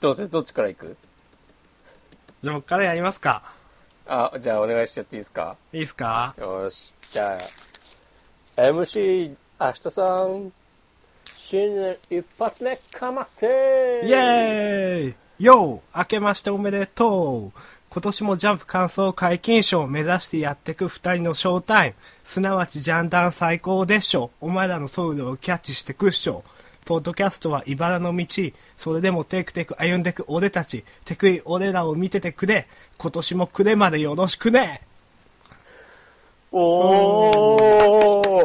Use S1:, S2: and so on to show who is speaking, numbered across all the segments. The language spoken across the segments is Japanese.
S1: どうするどっちから行く
S2: じゃあ僕からやりますか。
S1: あ、じゃあお願いしちゃっていいですか
S2: いいですか
S1: よし、じゃあ、MC、明日さん、新年一発目かませ
S2: イェーイよう明けましておめでとう今年もジャンプ感想解禁賞を目指してやってく二人のショータイム。すなわちジャンダン最高でっしょ。お前らのソウルをキャッチしてくっしょ。ポッドキャストは茨の道。それでもテクテク歩んでく俺たち。テクイ俺らを見ててくれ。今年もくれまでよろしくね。
S1: おー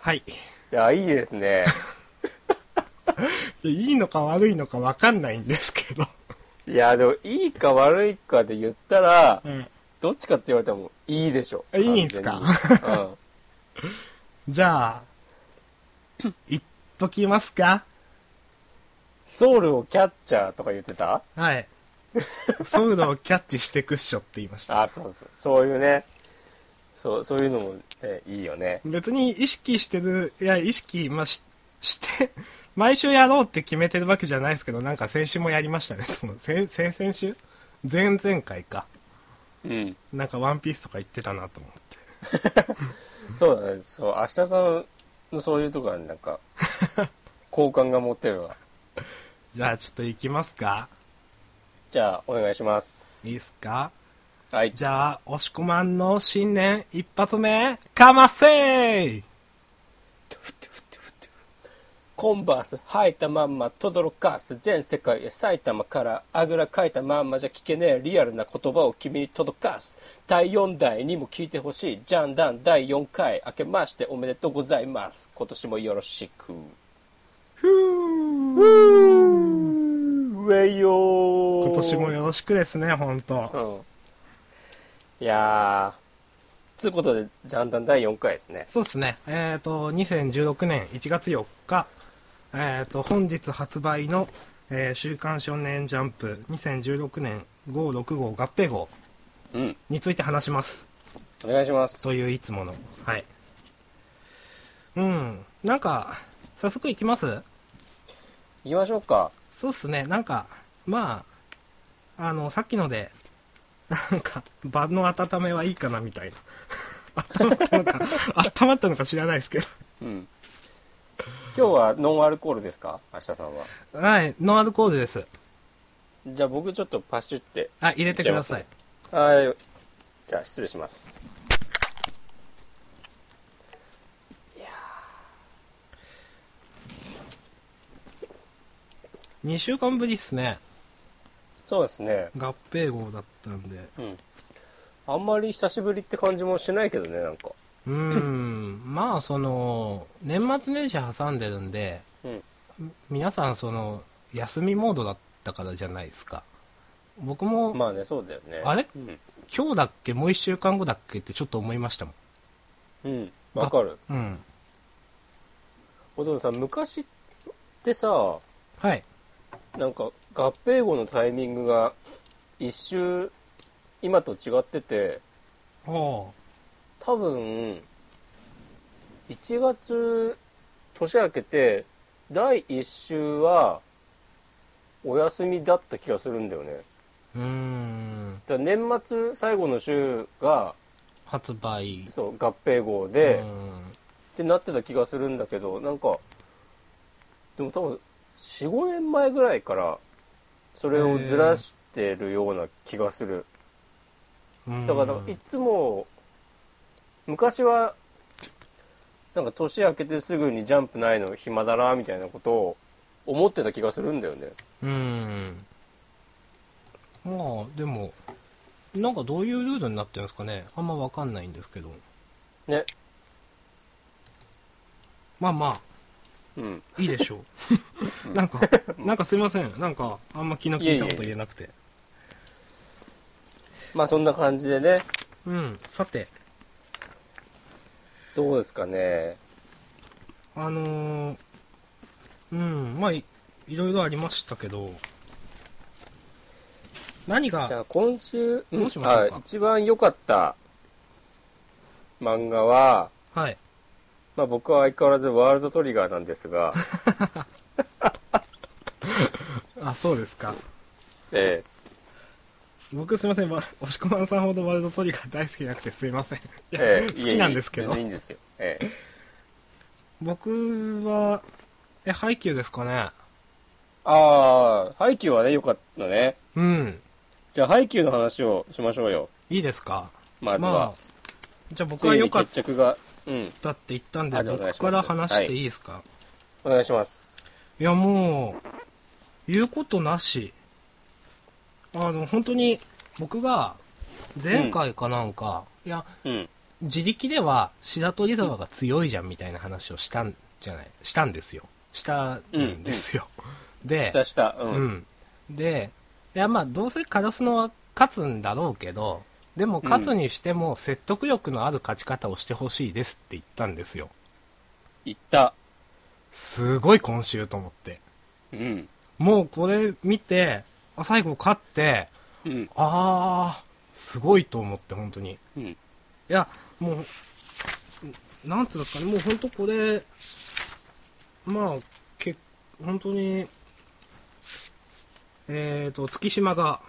S2: はい。
S1: いや、いいですね。
S2: いいのか悪いのかわかんないんですけど。
S1: いや、でも、いいか悪いかで言ったら、
S2: うん。
S1: どっちかって言われたらもう、いいでしょ。
S2: いいんすか
S1: 完全にうん。
S2: じゃあ、言っときますか
S1: ソウルをキャッチャーとか言ってた
S2: はい。ソウルをキャッチしてくっしょって言いました。
S1: あ、そうそう。そういうね、そう、そういうのも、ね、いいよね。
S2: 別に意識してる、いや、意識、まあ、し、して、 毎週やろうって決めてるわけじゃないですけど、なんか先週もやりましたね。 その先、先々週前々回か。
S1: うん。
S2: なんかワンピースとか言ってたなと思って。
S1: そうだね。そう、明日さんのそういうとこは、なん か、好感が持ってるわ。
S2: じゃあちょっと行きますか
S1: じゃあ、お願いします。
S2: いいっすか
S1: はい。
S2: じゃあ、押し込まんの新年一発目、かませー
S1: コンバース履いたまんま、とどろかす、全世界へ埼玉から、あぐらかいたまんまじゃ聞けねえ、リアルな言葉を君に届かす。第4代にも聞いてほしい、ジャンダン第4回、明けましておめでとうございます。今年もよろしく。ウェイヨー
S2: 今年もよろしくですね、ほん
S1: う
S2: と。
S1: ん。いやー、つうことで、ジャンダン第4回ですね。
S2: そうですね。えっ、と、2016年1月4日、えっ、と、本日発売の、えー週刊少年ジャンプ2016年56号合併号
S1: うん。
S2: について話します。
S1: お願いします。
S2: といういつもの。はい。うん。なんか、早速いきます
S1: 行きましょうか。
S2: そうっすね。なんか、まあ、あの、さっきので、なんか、場の温めはいいかなみたいな。 温まったのか、温まったのか知らないですけど。
S1: うん。今日はノンアルコールですか明日さんは。
S2: はい、ノンアルコールです。
S1: じゃあ僕ちょっとパシュって。
S2: あ、入れてください。
S1: はい。じゃあ失礼します。
S2: 2週間ぶりっすね。
S1: そうですね。
S2: 合併号だったんで。
S1: うん。あんまり久しぶりって感じもしないけどね、なんか。
S2: うーん、まあ、その、年末年始挟んでるんで、
S1: うん。
S2: 皆さん、その、休みモードだったからじゃないですか。僕も、
S1: まあね、そうだよね。
S2: あれ
S1: うん。
S2: 今日だっけ、もう1週間後だっけってちょっと思いましたも
S1: う
S2: ん。
S1: ん。わかる。
S2: うん。
S1: お父さん、昔ってさ、
S2: はい。
S1: なんか合併後のタイミングが一周今と違ってて
S2: お
S1: 多分1月年明けて第1週はお休みだった気がするんだよね
S2: うーん。
S1: だから年末最後の週が
S2: 発売。
S1: そう合併号
S2: う
S1: で、っ
S2: ん
S1: てなってた気がするんだけどなんかでも多分45年前ぐらいからそれをずらしてるような気がする。
S2: うん
S1: だからいつも昔はなんか年明けてすぐにジャンプないの暇だなみたいなことを思ってた気がするんだよね
S2: うん。まあ、でも、なんかどういうルールになってるんですかね。あんまわかんないんですけど。
S1: ね
S2: まあま
S1: うん
S2: あ、いいでしょ う。なんか、なんかすいません。なんか、あんま気の利いたこと言えなくて。
S1: まあそんな感じでね
S2: うん。さて、
S1: どうですかね
S2: あのーうん、まあい、いろいろありましたけど、何
S1: じゃ
S2: が、
S1: あ今週
S2: どうしましょうか
S1: あ一番良かった漫画は、
S2: はい。
S1: まあ、僕 は相変わらずワールドトリガーなんですが
S2: ああ、そうですか。
S1: え
S2: 僕すいません、わ押し込まんさんほどワールドトリガー大好きじゃなくてすいません。い
S1: え
S2: や
S1: ええ
S2: 好きなんですけ
S1: いえ
S2: ど
S1: いえ全然い。いんですよ。ええ
S2: 僕は、え、ハイキューですかね。
S1: ああ、ハイキューはね、よかったね。
S2: うん。
S1: じゃあ、ハイキューの話をしましょうよ。
S2: いいですか。
S1: まずは。
S2: まあ、じゃあ僕
S1: つ
S2: はい良
S1: に
S2: かっ
S1: 決着が。うん。
S2: たって言ったんで、
S1: あじゃあお願い
S2: 僕
S1: しま
S2: か
S1: す
S2: ら話していいですか。い、
S1: お願いします。
S2: や、もう、言うことなし。あの、本当に、僕が、前回かなんか、いや、
S1: うん。
S2: 自力では白鳥沢が強いじゃんみたいな話をしたんじゃないしたんですよしたんですよ、で
S1: したした。う。
S2: うんんでいやまあどうせカラスノは勝つんだろうけどでも勝つにしても説得力のある勝ち方をしてほしいですって言ったんですよ
S1: 行った。
S2: すごい今週と思って
S1: うん。
S2: もうこれ見てあ最後勝って
S1: うん。
S2: ああすごいと思って本当に
S1: うん。
S2: いや、もう、なんていうんですかね、もう本当これ、まあ、け本当に、えっ、と、月島が、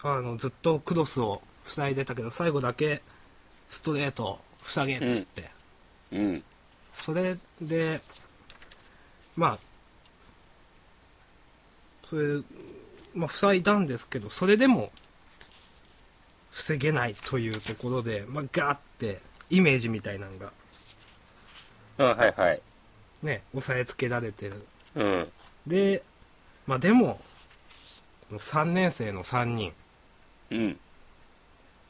S2: あの、ずっとクロスを塞いでたけど、最後だけストレート塞げっつって、
S1: うん。
S2: それで、まあ、それ、まあ、塞いだんですけど、それでも、防げないというところで、まあ、ガーって、イメージみたいなのが、
S1: うん、はいはい。
S2: ね、押さえつけられてる。
S1: うん。
S2: で、まあ、でも、この3年生の3人、
S1: うん。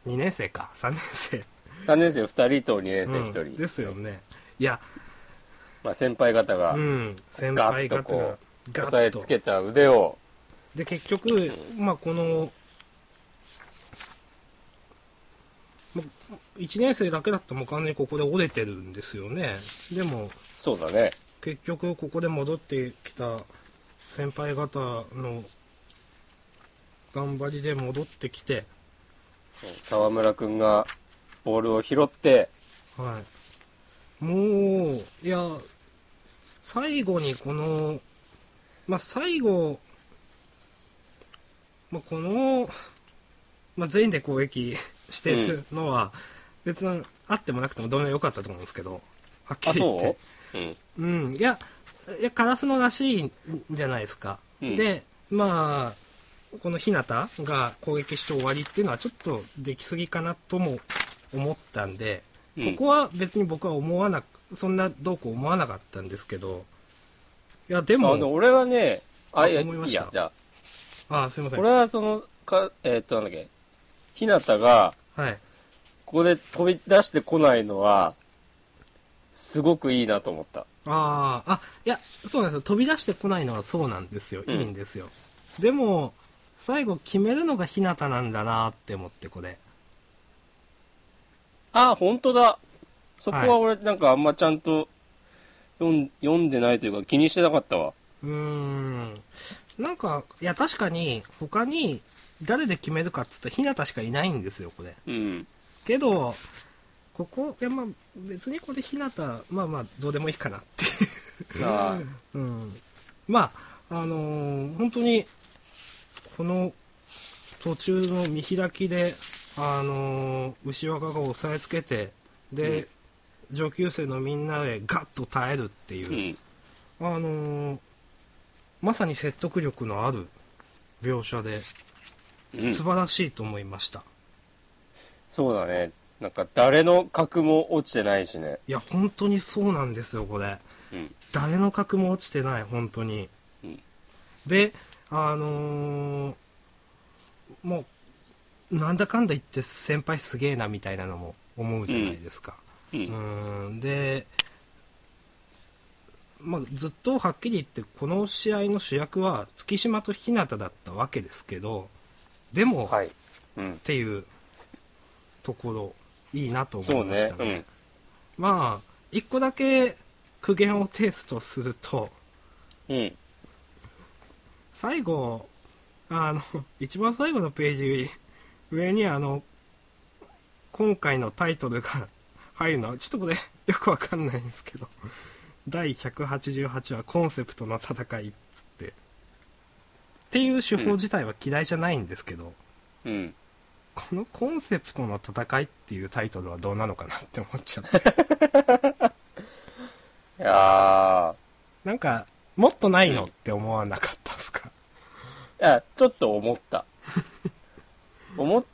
S2: 2年生か、3年生。
S1: 3年生2人と2年生1人。
S2: うんですよね。いや、
S1: まあ、先輩方が
S2: うん、先輩
S1: ガッと
S2: 方
S1: こう
S2: が、ガ
S1: 押
S2: ッ
S1: さえつけた腕を、
S2: で結局、まあ、この、まあ、1年生だけだともう完全にここで折れてるんですよねでも
S1: そうだね。
S2: 結局ここで戻ってきた先輩方の頑張りで戻ってきて、
S1: 沢村くんがボールを拾って、
S2: はい、もういや最後にこのまあ最後、まあ、この、まあ、全員で攻撃してるのは別にあってもなくてもどうでもよかったと思うんですけどはっき
S1: あ、
S2: り言って
S1: そううん。
S2: うんいやいやカラスのらしいんじゃないですか、
S1: うん
S2: でまあこの日向が攻撃して終わりっていうのはちょっとできすぎかなとも思ったんで、
S1: うん
S2: ここは別に僕は思わなくそんなどうこう思わなかったんですけどいやで
S1: あの
S2: も
S1: 俺はね、あ、
S2: あ
S1: いや、い
S2: 思いま
S1: い
S2: した
S1: や、じゃあ、
S2: あすいません
S1: 俺はその、かえーっと、なんだっけ、ひなたが、
S2: はい
S1: ここで飛び出してこないのは、すごくいいなと思った。
S2: あーあいやそうなんですよ飛び出してこないのはそうなんですよ
S1: うん
S2: いいんですよ、でも最後決めるのが日向なんだなって思ってこれ
S1: あ、本当だ。そこは俺、なんかあんまちゃんと読ん読んでないというか気にしてなかったわ。
S2: うーんなんか、いや、確かに、他に、誰で決めるかっつったら、ひなたしかいないんですよ、これ。
S1: うん。
S2: けど、ここ、いや、まあ、別にこれ、ひなた、まあまあ、どうでもいいかなってい
S1: あー
S2: う。うん。まあ、あのー本当に、この、途中の見開きで、あのー牛若が押さえつけて、
S1: う
S2: で、
S1: ん
S2: 上級生のみんなでガッと耐えるっていう。
S1: うん。
S2: あのーまさに説得力のある描写で
S1: うん
S2: 素。晴らしいと思いました、
S1: そうだね。なんか誰の格も落ちてないしね。
S2: いや本当にそうなんですよこれ
S1: うん。
S2: 誰の格も落ちてない本当に
S1: うん。
S2: であのーもうなんだかんだ言って先輩すげえなみたいなのも思うじゃないですか、
S1: う。
S2: うんーんで、まあ、ずっとはっきり言ってこの試合の主役は月島と日向だったわけですけどでも、
S1: は
S2: っ
S1: い。うん。
S2: ていうところいいなと思
S1: そ
S2: いうまし
S1: ね
S2: た。
S1: う
S2: ね
S1: ん。
S2: まあ一個だけ苦言をテストすると
S1: うん。
S2: 最後あの 一番最後のページ上にあの今回のタイトルが 入るのはちょっとこれよくわかんないんですけど第188話「コンセプトの戦い」っつってっていう手法自体は嫌いじゃないんですけど、
S1: うん。
S2: このコンセプトの戦いっていうタイトルはどうなのかなって思っちゃ って。
S1: いや
S2: なんか、もっとないのって思わなかったですか、
S1: ーいや、ちょっと思 った。思っ、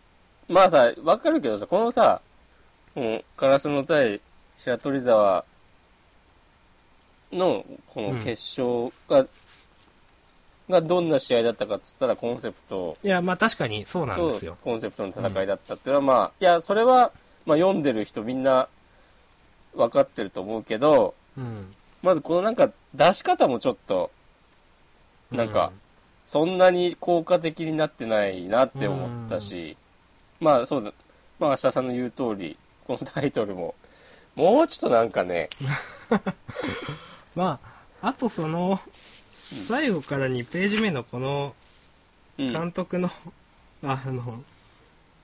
S1: まあさ、わかるけどさ、このさ、もう、カラスの対白鳥沢の、この決勝が、がどんな試合だったかっつったら、コンセプト
S2: いや、まあ確かにそうなん
S1: と
S2: ですよ。
S1: コンセプトの戦いだったっていうのは、まあ、いや、それは、まあ、読んでる人みんな分かってると思うけど、
S2: うん。
S1: まずこのなんか出し方もちょっと、なんか、そんなに効果的になってないなって思ったし、まあそうだ、まあ明日さんの言う通り、このタイトルも、もうちょっとなんかね、
S2: うん、まあ、あとその、最後から2ページ目のこの
S1: うん
S2: 監督の、あの、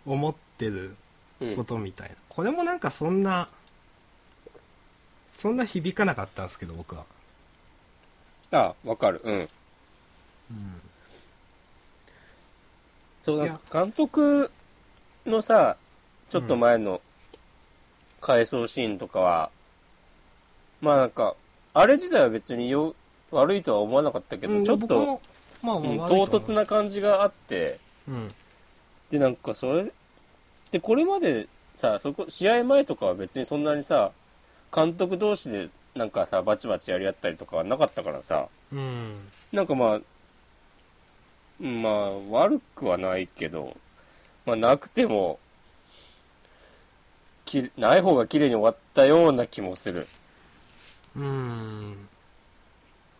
S2: 思ってる
S1: うん
S2: ことみたいな。これもなんかそんな、そんな響かなかったんですけど、僕は。
S1: あ、わかる、うん。そう、なんか監督のさ、ちょっと前の回想シーンとかは、まあなんか、あれ自体は別によ悪いとは思わなかったけど、
S2: うん
S1: ちょっ
S2: 僕
S1: と、
S2: もまあ、
S1: うん
S2: 悪いと思
S1: 唐
S2: う
S1: 突な感じがあって、
S2: うん。
S1: で、なんかそれ、で、これまでさ、そこ、試合前とかは別にそんなにさ、監督同士でなんかさ、バチバチやり合ったりとかはなかったからさ、
S2: うん。
S1: なんかまあ、うんまあ、悪くはないけど、まあ、なくても、きない方が綺麗に終わったような気もする。
S2: うーん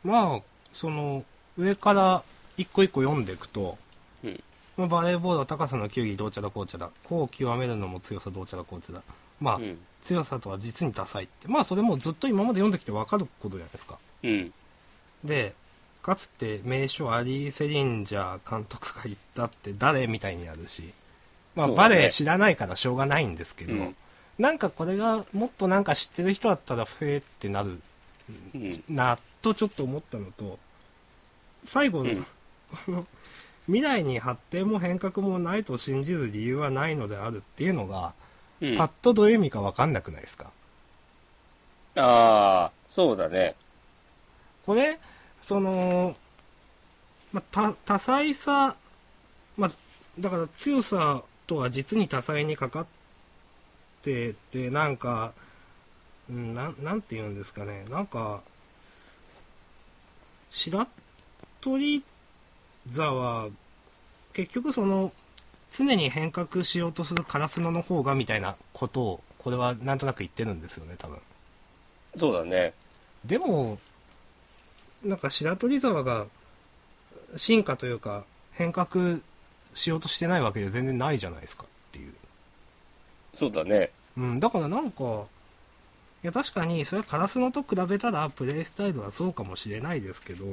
S2: まあその上から一個一個読んでいくと、
S1: うん
S2: まあ、バレーボールは高さの球技どうちゃらこうちゃらこう極めるのも強さどうちゃらこうちゃらまあ、
S1: うん。
S2: 強さとは実にダサいってまあそれもずっと今まで読んできて分かることじゃないですか
S1: うん。
S2: でかつて名所アリー・セリンジャー監督が言ったって誰みたいになるし、まあ
S1: そうだ
S2: バ
S1: ね
S2: レエ知らないからしょうがないんですけど、
S1: うん
S2: なんかこれがもっとなんか知ってる人だったらふえってなる
S1: うん。
S2: なとちょっと思ったのと最後の,、
S1: うん
S2: この 未来に発展も変革もないと信じる理由はないのであるっていうのが、
S1: うん、
S2: パッ
S1: あ
S2: とどういう意味か分かんなくないですか
S1: あー、そうだね。
S2: これその、まあ、た多彩さ、まあ、だから強さとは実に多彩にかかっててなんか、うん、なんなんて言うんですかねなんか白鳥沢結局その常に変革しようとするカラスノの方がみたいなことをこれはなんとなく言ってるんですよね多分。
S1: そうだね。
S2: でもなんか白鳥沢が進化というか変革しようとしてないわけで全然ないじゃないですかっていう、
S1: そうだね。
S2: うん、だからなんかいや確かにそれはカラスのと比べたらプレイスタイルはそうかもしれないですけど
S1: う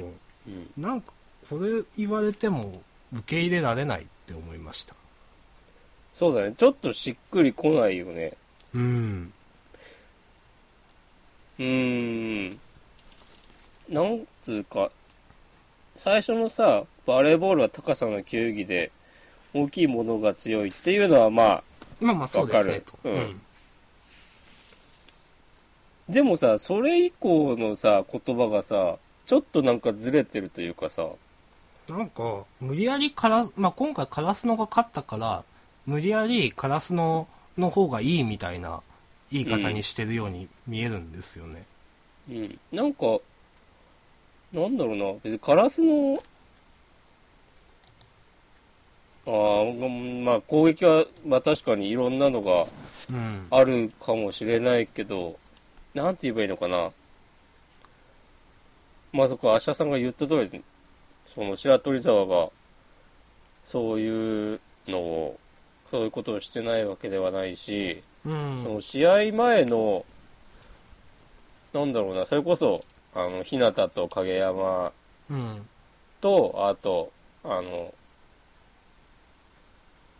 S1: ん。
S2: なんかこれ言われても受け入れられないって思いました
S1: そうだね。ちょっとしっくりこないよね。
S2: うん
S1: うーん。なんつうか、最初のさ、バレーボールは高さの球技で、大きいものが強いっていうのはまあ、
S2: まあまあそうですね
S1: わか
S2: と
S1: るうんでもさ、それ以降のさ、言葉がさ、ちょっとなんかずれてるというかさ、
S2: なんか、無理やりカラス、まあ、今回カラスノが勝ったから、無理やりカラスノの方がいいみたいな言い方にしてるように見えるんですよね。
S1: うん。なんか、なんだろうな、別にカラスの、ああ、うんまあ攻撃は、まあ確かにいろんなのが
S2: うん。
S1: あるかもしれないけど、なんて言えばいいのかな。まあそこは、アシャさんが言った通り、その白鳥沢が、そういうのを、そういうことをしてないわけではないし、
S2: うん。
S1: その試合前の、なんだろうな、それこそ、あの、日向と影山
S2: うん。
S1: と、あと、あの、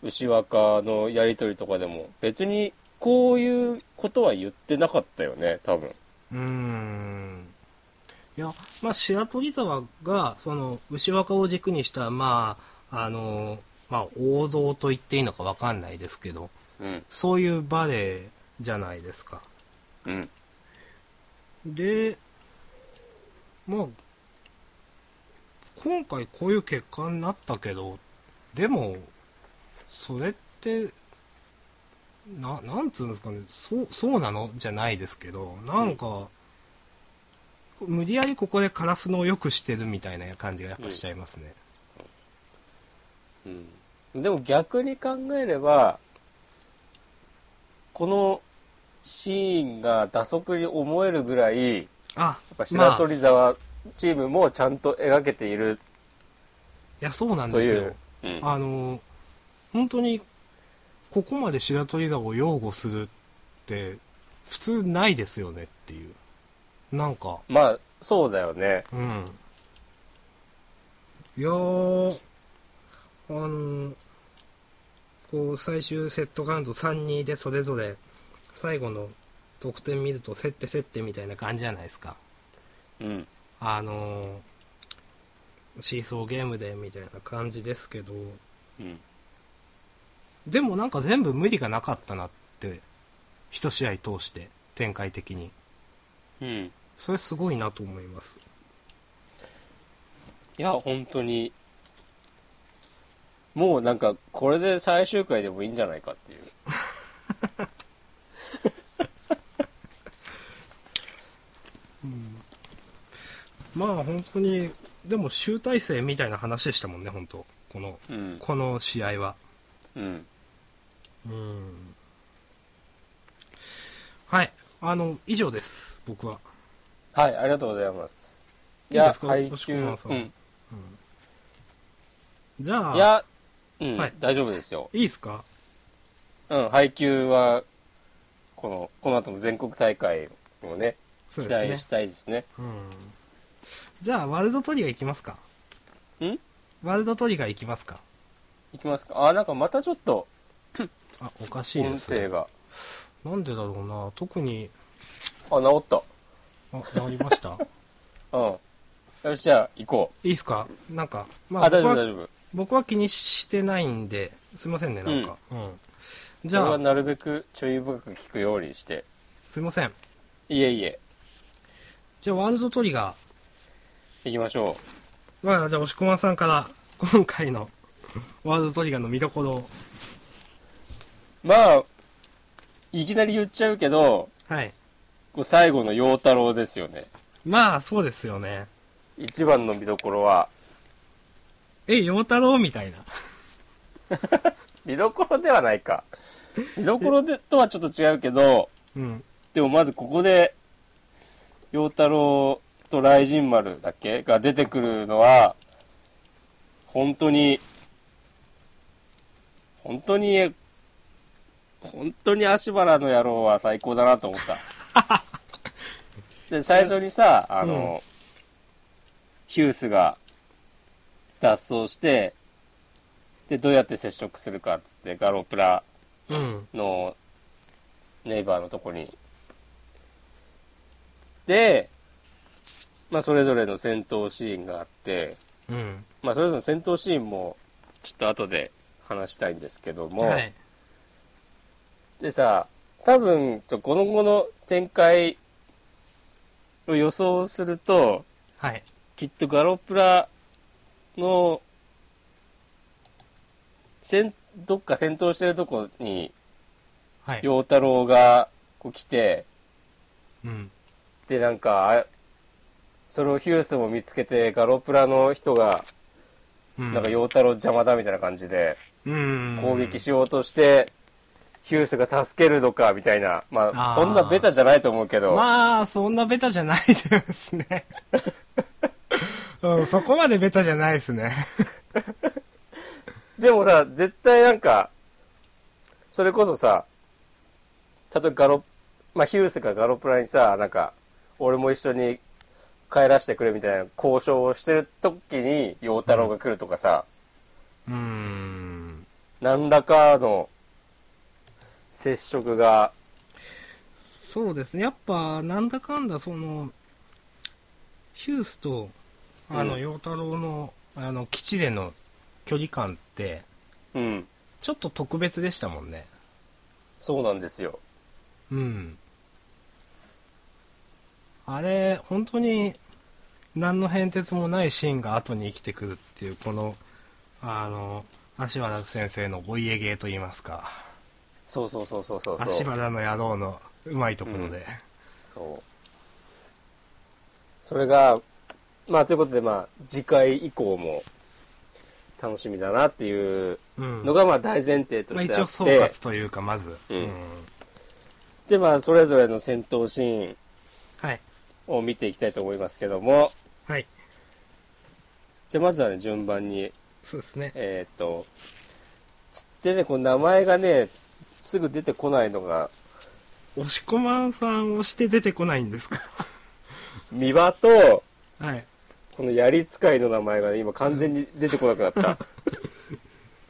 S1: 牛若のやりとりとかでも、別にこういうことは言ってなかったよね、多分。
S2: うん。いや、まあ、白鳥沢が、その、牛若を軸にした、まあ、あの、まあ、王道と言っていいのかわかんないですけど、
S1: うん
S2: そういうバレエじゃないですか。
S1: うん
S2: で、まあ、今回こういう結果になったけど、でも、それって、な、なんつうんですかね、そう、そうなのじゃないですけど、なんか、無理やりここでカラスのを良くしてるみたいな感じがやっぱしちゃいますね。
S1: うんでも逆に考えればこのシーンが打足に思えるぐらいや
S2: あ
S1: っぱ、白
S2: まあ、い
S1: 鳥沢チームもちゃんと描けている
S2: や、そうなん
S1: と
S2: です
S1: い
S2: よ
S1: う。、うん
S2: あの本当にここまで白鳥沢を擁護するって普通ないですよねっていうなんか
S1: まあそうだよね
S2: うんいやーあのこう最終セットカウント3-2でそれぞれ最後の得点見ると競って競ってみたいな感じじゃないですか
S1: うん
S2: あのシーソーゲームでみたいな感じですけど
S1: うん
S2: でもなんか全部無理がなかったなって、一試合通して、展開的に。
S1: うん
S2: それすごいなと思います。
S1: いや本当にもうなんかこれで最終回でもいいんじゃないかっていう
S2: まあ本当に、でも集大成みたいな話でしたもんね、本当この、
S1: うん
S2: この試合は。
S1: うん
S2: うん。はい。あの、以上です、僕は。
S1: はいありがとうございますい
S2: いい
S1: や
S2: ですか
S1: 配
S2: 星
S1: 給、
S2: 子ママさん
S1: うん、
S2: じゃあ、
S1: いや、うん、
S2: はい
S1: 大丈夫ですよ。
S2: いいですか
S1: うん、配給は、この、この後の全国大会をね、
S2: そ
S1: 期
S2: うで
S1: 待
S2: す
S1: し
S2: ね。
S1: たいですね。
S2: うん。じゃあ、ワールドトリガーいきますか。
S1: ん
S2: ワールドトリガーいきますか。
S1: いきますか。あ、なんかまたちょっと、
S2: あ、おかしいで
S1: 音
S2: すね
S1: 声が。
S2: なんでだろうな特に
S1: あ、治っ
S2: あなりました
S1: た。うん。よし、じゃあ、行こ
S2: いいですかなんか
S1: う。
S2: ま
S1: あ、
S2: あ
S1: 大丈夫、
S2: 僕
S1: 大
S2: は
S1: 丈夫。
S2: 僕は気にしてないんですいませんねなんか、うんじ
S1: じゃ
S2: ゃ
S1: は
S2: あ
S1: なるべく注意深く聞くようにして。
S2: すいません
S1: いえいえ、
S2: じゃあワールドトリガ
S1: 行
S2: ー
S1: きましょ
S2: まあじゃあ押駒さんから今回の ワールドトリガーの見どころを
S1: う。まあ、いきなり言っちゃうけど、
S2: はい
S1: こう最後の陽太郎ですよね。
S2: まあそうですよね
S1: 一番の見どころは、
S2: え陽太郎みたいな
S1: 見どころではないか。見どころでとはちょっと違うけど、
S2: うん
S1: でもまずここで、陽太郎と雷神丸だっけが出てくるのは、本当に、本当に、本当に足原の野郎は最高だなと思った。で、最初にさ、あの、ヒュースが脱走して、で、どうやって接触するかっつって、ガロプラ
S2: うん
S1: のネイバーのとこに。で、まあそれぞれの戦闘シーンがあって、
S2: うん
S1: まあそれぞれの戦闘シーンもちょっと後で話したいんですけども、
S2: はい
S1: でさ、多分、ちょこの後の展開を予想すると、
S2: はい
S1: きっとガロプラの戦、どっか戦闘してるとこに、
S2: はい
S1: 陽太郎がこう来て、
S2: うん
S1: でなんかあそれをヒュースも見つけてガロプラの人が
S2: うん
S1: なんか陽太郎邪魔だみたいな感じで
S2: うん
S1: 攻撃しようとして、ヒュースが助けるのかみたいなまあ
S2: あー
S1: そんなベタじゃないと思うけど、
S2: まあ、そんなベタじゃないですね。うん、そこまでベタじゃないですね。
S1: でもさ絶対なんかそれこそさ例えばガロ、まあ、ヒュースがガロプラにさなんか俺も一緒に帰らせてくれみたいな交渉をしてる時に陽太郎が来るとかさ、
S2: うーん。
S1: 何らかの接触が、
S2: そうですね。やっぱ、なんだかんだ、その、ヒュースとあの
S1: うん
S2: 陽太郎の,、あの基地での距離感って
S1: うん。
S2: ちょっと特別でしたもんね
S1: そうなんですよ。
S2: うんあれ本当に何の変哲もないシーンが後に生きてくるっていうこのあの足原先生のお家芸と言いますか
S1: そうそうそうそうそうそう。
S2: 足原の野郎のうまいところで、
S1: そう。それが、まあ、ということで、まあ、次回以降も楽しみだなっていう
S2: うん
S1: のが、まあ、大前提と
S2: まあ、
S1: して
S2: 一
S1: あ
S2: 応
S1: って、
S2: 総括というかまず、
S1: うんで、まあ、それぞれの戦闘シーン
S2: はい
S1: を見ていきたいと思いますけども、
S2: はい
S1: じゃあ、まずはね、順番に、
S2: そうですね
S1: えーっと、つってね、この名前がね、すぐ出てこないのが、
S2: 押し込まんさんをして出てこないんで すか
S1: 三輪と、
S2: はい
S1: この槍使いの名前がね、今完全に出てこなくなった。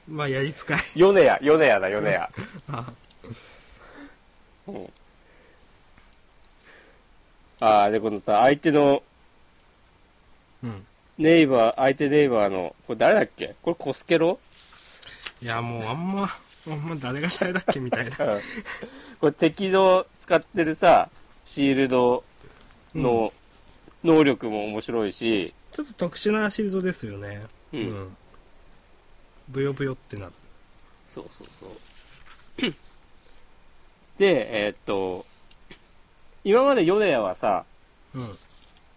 S2: まあやり使い
S1: 米屋、米屋だ、米屋。
S2: あ
S1: うんああ、で、このさ、相手の
S2: うん
S1: ネイバー、相手ネイバーの、これ誰だっけこれコスケロ
S2: いやもうあんまあんま誰が誰だっけみたいな
S1: うんこれ敵の使ってるさ、シールドの能力も面白いし、
S2: ちょっと特殊なシールドですよね
S1: うん。
S2: ブヨブヨってなる
S1: そうそうそう。で、えーっと、今まで米屋はさ、
S2: うん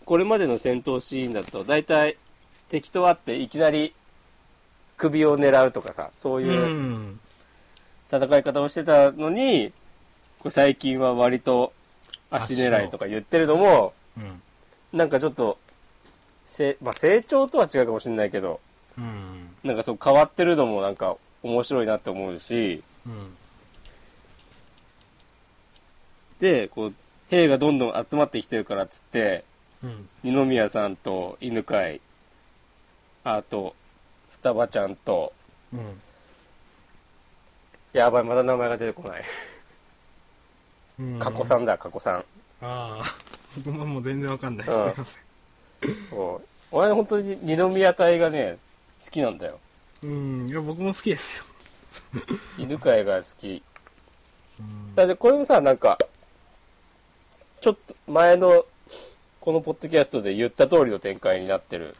S1: これまでの戦闘シーンだと、大体敵と会っていきなり首を狙うとかさ、そういう、
S2: うん
S1: 戦い方をしてたのに、こう最近は割と足狙いとか言ってるのも、
S2: うん
S1: なんかちょっと、せまあ、成長とは違うかもしれないけど、
S2: うん
S1: なんかそう変わってるのもなんか面白いなって思うし、
S2: うん
S1: で、こう、兵がどんどん集まってきてるからっつって、
S2: うん
S1: 二宮さんと犬飼、あと、双葉ちゃんと、
S2: うん
S1: やばい、まだ名前が出てこない。
S2: うん
S1: 加古さんだ、加古さん。
S2: ああ僕ももう全然わかんないすい
S1: うん
S2: ません
S1: そう俺本当に二宮隊がね、好きなんだよ。
S2: うんいや僕も好きですよ
S1: 犬飼が好き。
S2: うん
S1: だってこれもさ、なんか、ちょっと前のこのポッドキャストで言った通りの展開になってる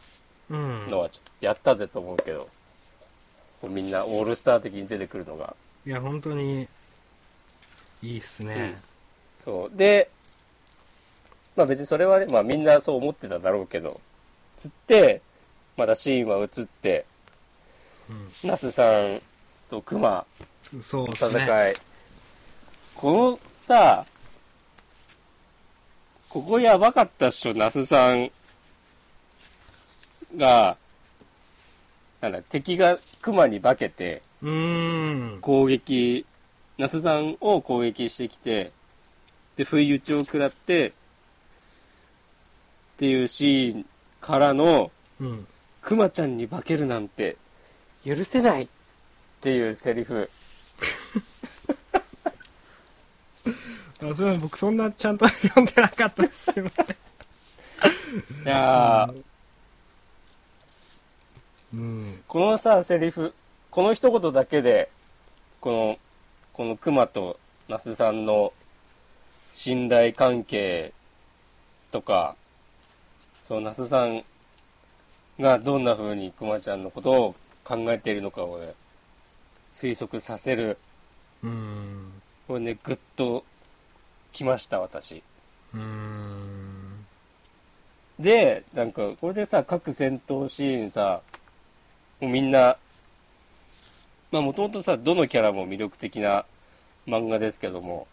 S2: うん
S1: のは、ちょっとやったぜと思うけど、こうみんなオールスター的に出てくるのが。
S2: いや本当にいいっすね
S1: そう。で、まあ別にそれはね、まあみんなそう思ってただろうけど、つって、またシーンは映って、那須さんと熊
S2: うんそう
S1: の
S2: ですね
S1: 戦い。このさ、ここやばかったっしょ、那須さんが、なんだ、敵が熊に化けて
S2: うーん。
S1: 攻撃、那須さんを攻撃してきて、で、不意打ちを食らって、っていうシーンからの、
S2: うん。
S1: 熊ちゃんに化けるなんて許せないっていうセリフ。
S2: あすいません、僕そんなちゃんと読んでなかったです。すいません。
S1: いやー、
S2: うん。
S1: このさセリフこの一言だけでこのこの熊と那須さんの信頼関係とかその那須さんがどんな風に熊ちゃんのことを考えているのかを、ね、推測させる
S2: うん。
S1: これねグッときました私
S2: うん。
S1: でなんかこれでさ各戦闘シーンさもうみんなまあもともとさどのキャラも魅力的な漫画ですけども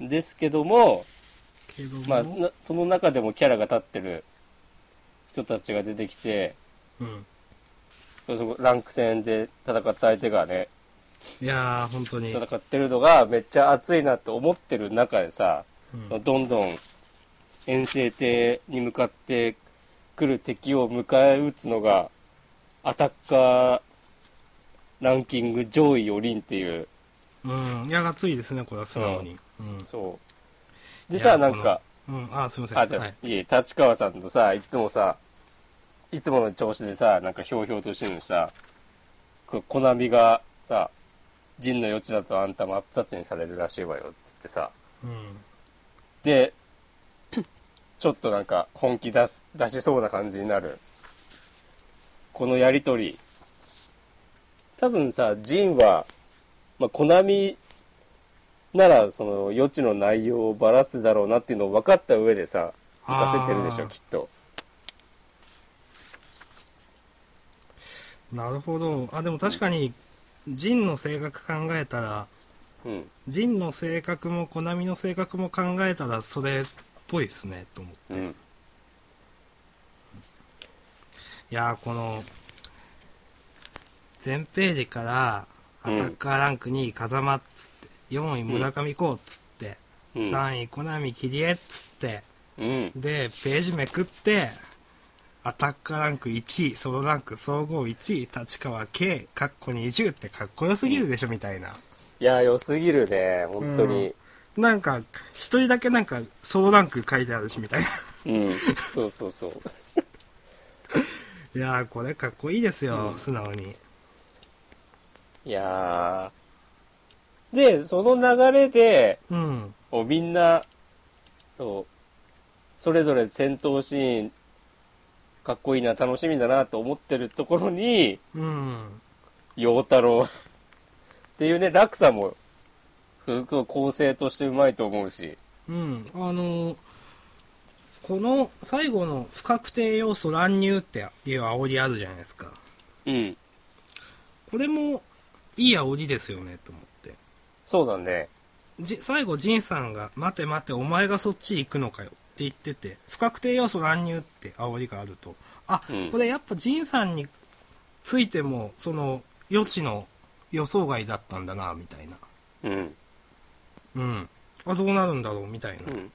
S1: ですけども、
S2: けども、
S1: まあ、なその中でもキャラが立ってる人たちが出てきて
S2: うん。
S1: そこランク戦で戦った相手がね
S2: いやー、本当に。
S1: 戦ってるのがめっちゃ熱いなって思ってる中でさ、
S2: うん
S1: どんどん遠征艇に向かってくる敵を迎え撃つのがアタッカーランキング上位4人っていう
S2: うん。いや、がついですね、これは素直に。うん。
S1: そうで
S2: い
S1: さ
S2: や
S1: なんか
S2: うん、あ、すみません。
S1: あ、じゃあ、
S2: はいい、、
S1: え、立川さんとさ、いつもさ、いつもの調子でさ、なんかひょうひょうとしてるのにさ、こコナミがさ、陣の余地だとあんた真っ二つにされるらしいわよ、つってさ。
S2: うん。
S1: で、ちょっとなんか本気出す、出しそうな感じになる。このやりとり。多分さ、ジンは、まあ、コナミなら、その、余地の内容をばらすだろうなっていうのを分かった上でさ、行かせてるでし
S2: あ
S1: ょ、
S2: ー
S1: きっと。
S2: なるほど。あ、でも確かに、ジンの性格考えたら、
S1: うん。
S2: ジンの性格も、コナミの性格も考えたら、それっぽいですね、と思って。
S1: うん。
S2: いやー、この、全ページから、アタッカーランク2位、風間っつって、4位、村上こうっつって、
S1: うん。
S2: 3位、コナミ、キリエっつって、
S1: うん。
S2: で、ページめくって、アタッカーランク1位、ソロランク総合1位、立川 K、カッコ20ってかっこよすぎるでしょ、みたいな。
S1: いや、良すぎるね、本当に。
S2: なんか、一人だけなんか、ソロランク書いてあるし、みたいな。
S1: うん。そうそうそう。
S2: いやー、これかっこいいですよ、
S1: うん
S2: 素直に。
S1: いやー。で、その流れで、
S2: うん。
S1: をみんなそうそれぞれ戦闘シーンかっこいいな楽しみだなと思ってるところに
S2: うん。
S1: 陽太郎っていうね落差もすごい構成としてうまいと思うし
S2: うん、あのーこの最後の不確定要素乱入っていう煽りあるじゃないですか。
S1: うん
S2: これもいい煽りですよねと思って。
S1: そうだね
S2: じ最後、ジンさんが、待て待て、お前がそっち行くのかよって言ってて、不確定要素乱入って煽りがあると、あ、
S1: うん
S2: これやっぱジンさんについても、その余地の予想外だったんだな、みたいな。
S1: うん
S2: うん。あ、どうなるんだろう、みたいな。
S1: うん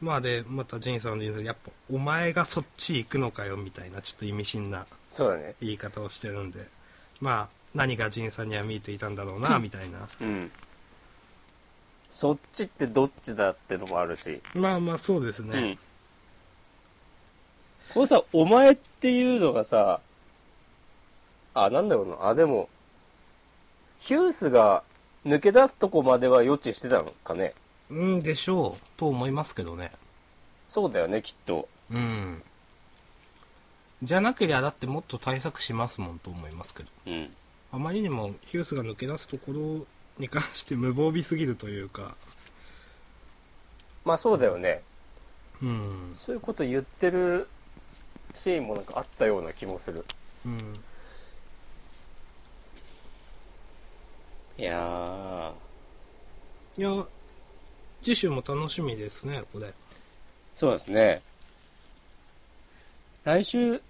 S2: まあで、またジンさんの人生、やっぱ、お前がそっち行くのかよ、みたいな、ちょっと意味深な
S1: そうだね
S2: 言い方をしてるんで、まあ、何がジンさんには見えていたんだろうな、みたいな。
S1: うんそっちってどっちだってのもあるし、
S2: まあまあ、そうです
S1: う
S2: ね。
S1: んこれさ「お前」っていうのがさあなんだろうなあでもヒュースが抜け出すとこまでは予知してたのかね
S2: うん、でしょう、と思いますけどね。
S1: そうだよねきっと
S2: うん。じゃなけりゃ、だってもっと対策しますもんと思いますけど。
S1: うん
S2: あまりにも、ヒュースが抜け出すところに関して無防備すぎるというか、
S1: まあそうだよね
S2: うん。
S1: そういうこと言ってるシーンもなんかあったような気もする
S2: うん。
S1: いやー
S2: いや、次週も楽しみですね、これ。
S1: そうですね来週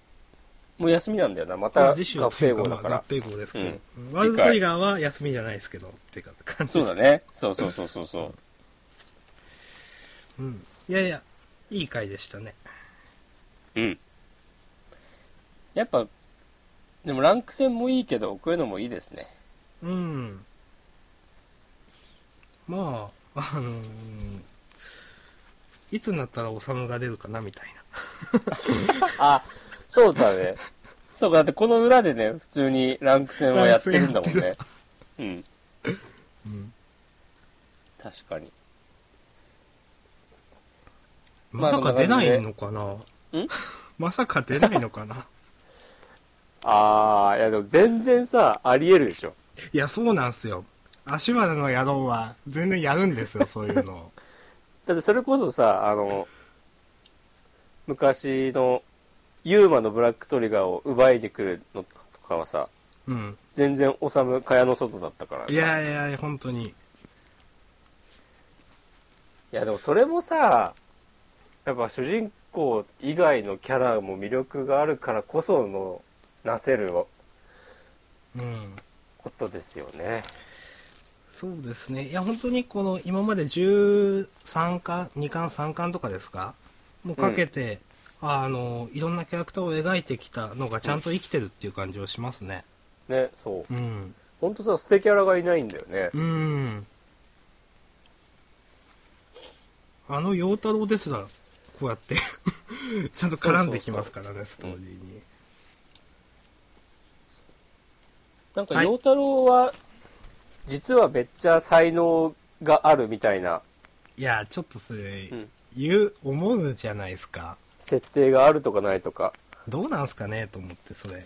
S1: もう休みなんだよなま
S2: ま
S1: た
S2: あ
S1: 合
S2: 次週はとい
S1: 併
S2: う
S1: 号
S2: か
S1: だ
S2: まあ
S1: か
S2: 合
S1: ら
S2: 併号ですけど、
S1: うん
S2: ワールドトリガーは休みじゃないですけどっていうか感じ
S1: そ
S2: で
S1: う
S2: す
S1: だねそうそうそうそうそう
S2: うん、いやいやいい回でしたね
S1: うん。やっぱ、でもランク戦もいいけど、こういうのもいいですね。
S2: うんまああのーいつになったらおさむが出るかなみたい
S1: あ、そうだね。 そうか、だってこの裏でね、普通にランク戦はやってるんだもんね。うん。
S2: な、うん、
S1: 確かに。
S2: まさか出ないのかな、
S1: ん
S2: まさか出ないのかな
S1: あー、いやでも全然さ、ありえるでしょ。
S2: いやそうなんすよ足原の野郎は全然やるんですよそういうのを
S1: だってそれこそさ、あの、昔の、ユーマのブラックトリガーを奪いに来るのとかはさ、
S2: うん
S1: 全然治む蚊帳の外だったから。
S2: いやいや本当に
S1: いやでもそれもさやっぱ主人公以外のキャラも魅力があるからこそのなせる
S2: うん
S1: ことですよね
S2: そうですね。いや、本当にこの今まで13巻、2巻、3巻とかですかもうかけて、あの、いろんなキャラクターを描いてきたのがちゃんと生きてるっていう感じをしますね。
S1: ねそう
S2: うん。
S1: ほんとさ捨てキャラがいないんだよね
S2: うん。あの陽太郎ですら、こうやって、 ちゃんと絡んできますからね、ストーリーに。
S1: なんか
S2: はい
S1: 陽太郎は実はめっちゃ才能があるみたいない
S2: や、ちょっとそれ
S1: うん、
S2: 言う、思うじゃないですか。
S1: 設定があるとかないとか
S2: どうなんすかねと思って、それ。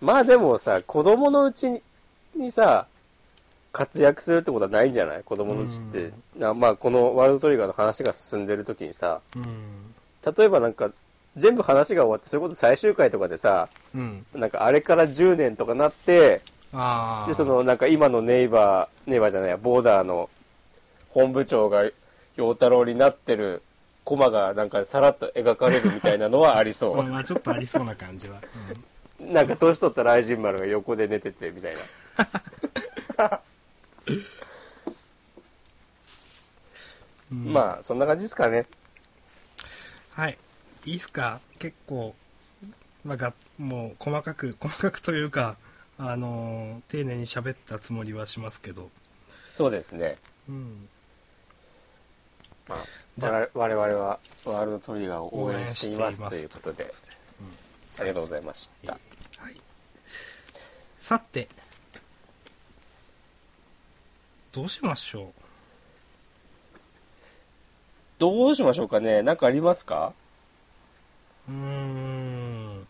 S1: まあでもさ子供のうちにさ活躍するってことはないんじゃない子供のうちって、なまあこのワールドトリガーの話が進んでる時にさ
S2: うん。
S1: 例えばなんか全部話が終わってそれこそ最終回とかでさ
S2: うん。
S1: なんかあれから10年とかなって
S2: ああ。
S1: でそ、のなんか今のネイバーネイバーじゃないやボーダーの本部長が陽太郎になってるコマがなんかさらっと描かれるみたいなのはありそ
S2: まあ、
S1: う
S2: まあちょっとありそうな感じは。うん
S1: なんか年取った雷神丸が横で寝ててみたいな
S2: うん
S1: まあそんな感じですかね
S2: はい。いいっすか結構、まあ、が、もう、細かく、細かくというか、あのー丁寧に喋ったつもりはしますけど。
S1: そうですね、
S2: うん。
S1: まあ、
S2: じゃあ
S1: 我々我々はワールドトリガーを応援していますということでありがとうございました
S2: はい。さて、どうしましょ
S1: どうしましょうかね何かありますか
S2: ううーん。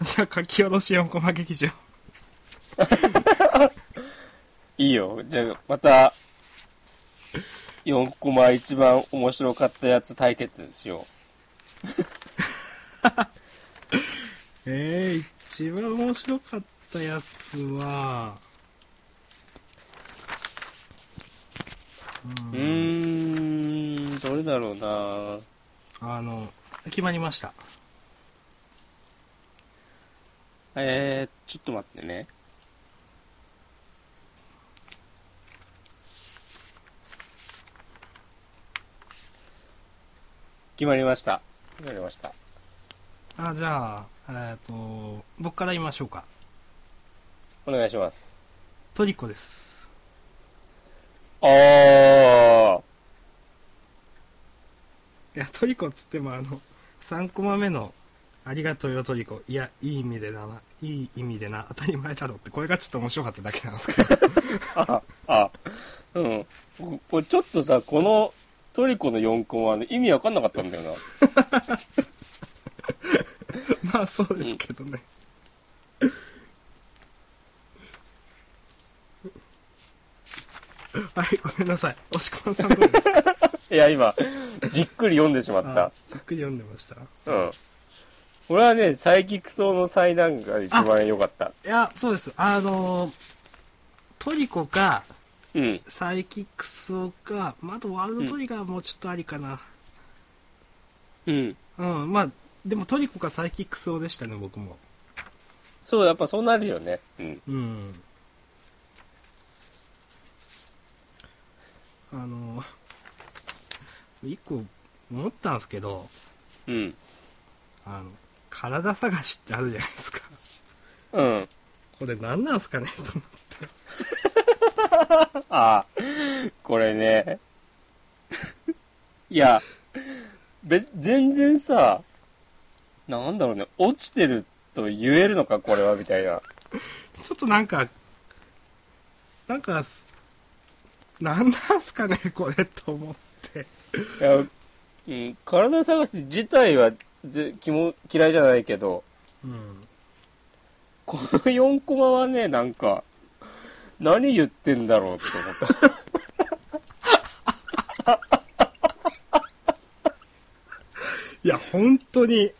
S2: じゃあ、書き下ろし4コマ劇場。
S1: いいよじゃあまた4コマ一番面白かったやつ対決しよう
S2: ええ一番面白かったやつは、
S1: うーん、どれだろうな
S2: あの、決まりました。
S1: えー、ちょっと待ってね。決まりました。決まりました。
S2: あ、じゃあ、えっ、と、僕から言いましょうか。
S1: お願いします。
S2: トリコです。
S1: あー、
S2: いや、トリコっつっても、あの、3コマ目の、ありがとうよトリコ。いや、いい意味でだな。いい意味でな。当たり前だろって、これがちょっと面白かっただけなんですけど。
S1: あ、あ、うん。ここれちょっとさ、このトリコの4コマ、ね、意味わかんなかったん だよな。
S2: まあ、そうですけどね。 はい、ごめんなさい。押し込まさんどうですか
S1: いや、今、じっくり読んでしまった
S2: あ。じっくり読んでました。
S1: うん。俺はね、サイキクソの災難が一番良かった。
S2: いや、そうです。あのトリコか、
S1: うん。
S2: サイキックスをか、まあ、あとワールドトリガーもちょっとありかな。
S1: うん。
S2: うん、まあ、でもトリコかサイキックスをでしたね、僕も。
S1: そう、やっぱそうなるよね。うん。
S2: うん。あの、一個思ったんですけど、
S1: うん。
S2: あの、体探しってあるじゃないですか。
S1: うん。
S2: これ何なんすかね と思って。
S1: あこれね。いや、別、全然さ、なんだろうね、落ちてると言えるのか、これは、みたいな。
S2: ちょっとなんか、なんか、何なんすかねこれと思って。
S1: いや、うん、体探し自体は、ぜ、気も、嫌いじゃないけど、
S2: うん。
S1: この4コマはね、なんか、何言ってんだろうって思った。
S2: いや、本当に、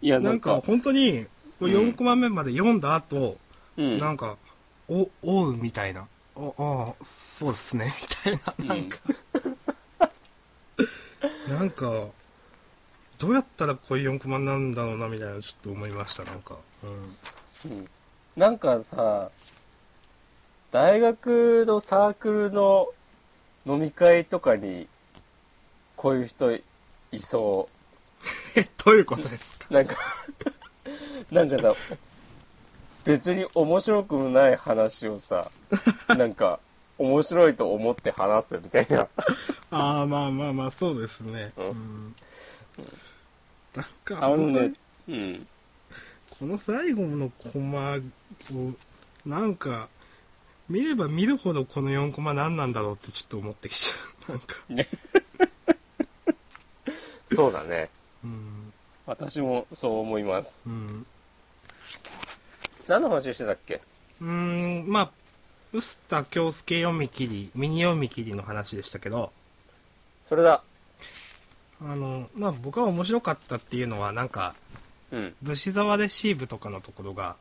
S1: いや、
S2: な
S1: なんん
S2: か
S1: か、
S2: 本当に、
S1: うん
S2: 4コマ目まで読んだ後、
S1: うん。
S2: なんか、お、おうみたいな。お、おうそうですね、 みたいな。なんか、なんか、どうやったらこういう4コマになるんだろうな、みたいな、ちょっと思いました、なんか。うん。
S1: うんなんかさ大学のサークルの飲み会とかにこういう人いそ
S2: え、どういうことですか
S1: うなんかなんかさ別に面白くもない話をさなんか面白いと思って話すみたいな。
S2: ああ、まあまあまあ、そうですね。うんん。なんか、
S1: あの
S2: 本当
S1: ね
S2: に、
S1: うん。
S2: この最後のコマを、なんか、見れば見るほどこの4コマ何なんだろうってちょっと思ってきちゃう。なんか、
S1: そうだね。
S2: うん。
S1: 私もそう思います。
S2: うん。
S1: 何の話してたっけ
S2: うーん、まあ、臼田恭介読み切り、ミニ読み切りの話でしたけど、
S1: それだ。
S2: あの、まあ僕は面白かったっていうのは、なんか、
S1: うん。
S2: 武士沢レシーブとかのところが、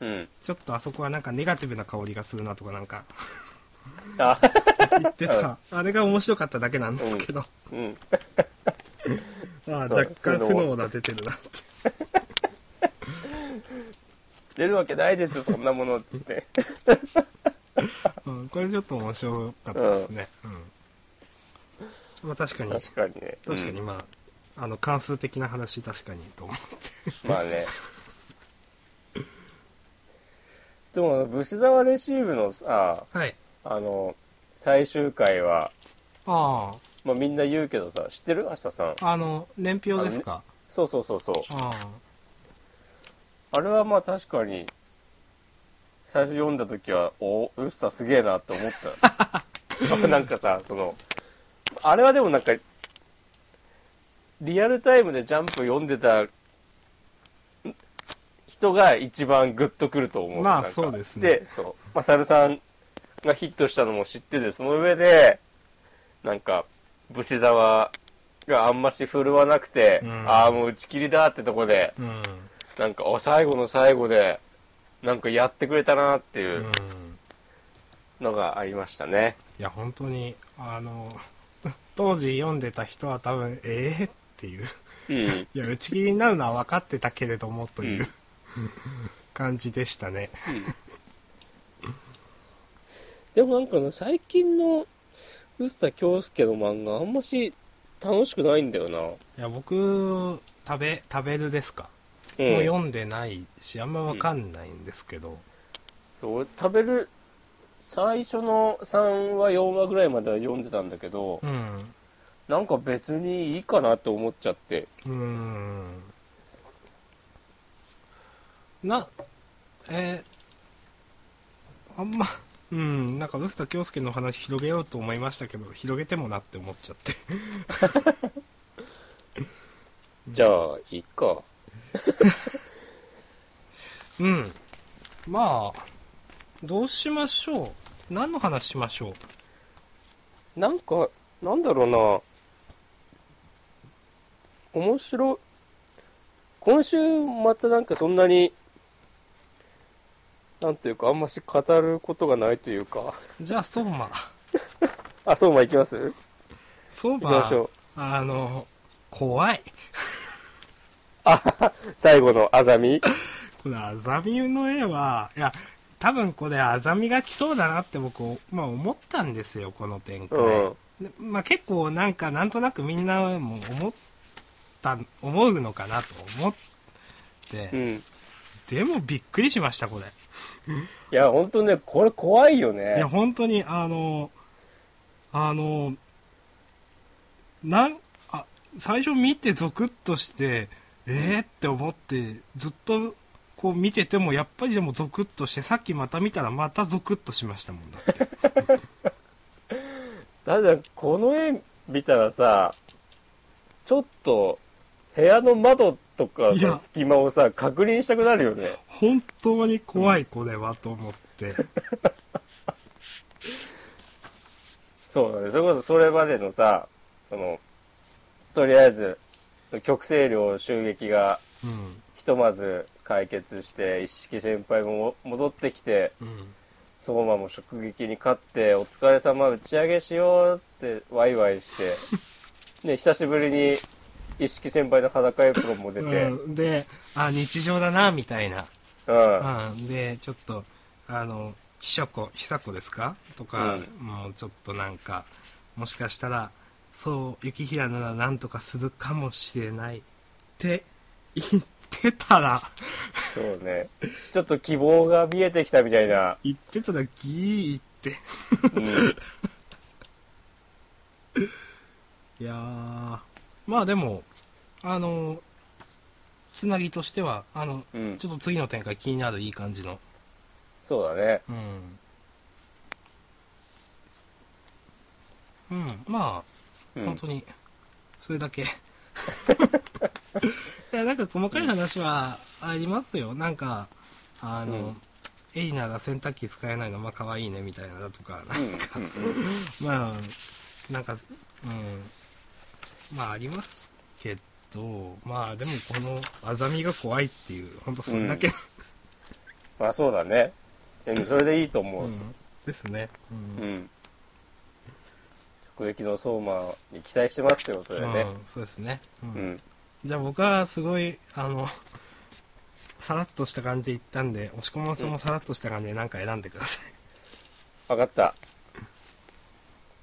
S1: うん。
S2: ちょっとあそこはなんかネガティブな香りがするなとかなんか
S1: あ、
S2: 言ってた。あれが面白かっただけなんですけど。
S1: うん。
S2: まあ
S1: そう
S2: 若干不能が出てるなって。
S1: 出るわけないでしょ、そんなもの、つって。
S2: うん、これちょっと面白かったですね。うん。まあ確かに、
S1: 確かにね。
S2: 確かに
S1: うん
S2: まあ、あの関数的な話確かにと思
S1: まあね。でも、武士沢レシーブのさ、
S2: う。はい。
S1: あの、最終回は、
S2: あ
S1: まあみんな言うけどさ、知ってる明日さん。
S2: あ、あの、年表ですか。
S1: そうそうそうそう。
S2: あ
S1: あれはまあ確かに、最初読んだ時は、おウッサすげえなって思った。 なんかさ、その、あれはでもなんか、リアルタイムでジャンプ読んでたん人が一番グッとくると思う。
S2: まあ
S1: なんか
S2: そうですね
S1: で、そう。まあ、サルさんがヒットしたのも知ってて、その上で、なんか、武士沢があんまし振るわなくて、
S2: うん
S1: ああ、もう打ち切りだってとこで、
S2: あ、うん。
S1: なんか、あ最後の最後で、なんかやってくれたなって
S2: う
S1: い
S2: ん
S1: う。のがありましたね。
S2: いや、本当に、あの、 当時読んでた人は多分、ええっていう。
S1: うん。
S2: いや、打ち切りになるのは分かってたけれどもという、
S1: うん
S2: 感じでしたね。
S1: でもなんかね、最近の、臼田恭介の漫画、あんまし楽しくないんだよな。
S2: いや、僕、食べ、食べるですか、
S1: う。
S2: もうん読んでないし、あんま分かんないんですけど、
S1: そう食べる、最初の3話、4話ぐらいまでは読んでたんだけど、
S2: うん。
S1: なんか別にいいかなって思っちゃって。
S2: うーん。な、えーあんま、うん、なんか、臼田恭介の話広げようと思いましたけど、広げてもなって思っちゃって。
S1: じゃあ、いいか。
S2: うん。まあ、どうしましょう何の話しましょう
S1: なんか、なんだろうな、面白い、今週またなんかそんなに、なんというか、あんまし語ることがないというか、
S2: じゃあ、相馬。
S1: あ、そうま行きます行
S2: 相
S1: きましょ
S2: 馬、あの、怖い。
S1: う。最後のあざみ。
S2: これ、アザミの絵は、いや、多分これ、アザミが来そうだなって僕、まあ思ったんですよ、この展開。
S1: うん。
S2: でまあ結構なんか、なんとなくみんなも思った、思うのかなと思って、
S1: うん。い
S2: でもびっくりしました、これ。
S1: や、ほんとね、これ怖いよ
S2: い
S1: ね
S2: や、。本当に、あの、あの、なん、あ、最初見てゾクッとして、えーって思って、ずっとこう見てても、やっぱりでもゾクッとして、さっきまた見たらまたゾクッとしましたもんだって。
S1: ただ、この絵見たらさ、ちょっと、部屋の窓とか
S2: いや
S1: の隙間をさ、確認したくなるよね。
S2: 本当に怖い、これは、と思って。
S1: そうだね。それこそそれまでのさ、その、とりあえず、極西領襲撃が
S2: うん。
S1: ひとまず解決して、一色先輩も戻ってきて、
S2: うん。
S1: 相馬も食撃に勝って、お疲れ様打ち上げしようっつってワイワイして、 ね、久しぶりに一色先輩の裸エプロンも出て、うん。
S2: うんで、あ、日常だな、みたいな。うん、でちょっとあの久子久子ですかとか、
S1: う
S2: もうちょっとなんかもしかしたらそう雪平ならなんとかするかもしれないって言ってたら
S1: そうね。ちょっと希望が見えてきたみたいな。
S2: 言ってたらギー言っっ
S1: う
S2: て。
S1: ん
S2: いやーまあでも、あの、つなぎとしては、あの、
S1: うん
S2: ちょっと次の展開気になるいい感じの。
S1: そうだね
S2: うん。うん、まあ、
S1: うん
S2: 本当に、それだけ。いや、なんか細かい話はありますよ。なんか、あの、
S1: うん
S2: エリナが洗濯機使えないの、まあ可愛いね、みたいなだとか、
S1: うんうんうん
S2: まあなんかうんまあありますけどまあでもこのアザミが怖いっていう本当それだけ、
S1: まあそうだねうんそれでいいと思う、
S2: うん ですね、うん
S1: うん。直撃の相馬に期待してますよ、それね。
S2: うんそうですね、う
S1: う
S2: ん
S1: ん。
S2: じゃあ僕はすごいあの さらっとした感じで言ったんで押し込まんさんもさらっとした感じで何か選んでください、
S1: わかった。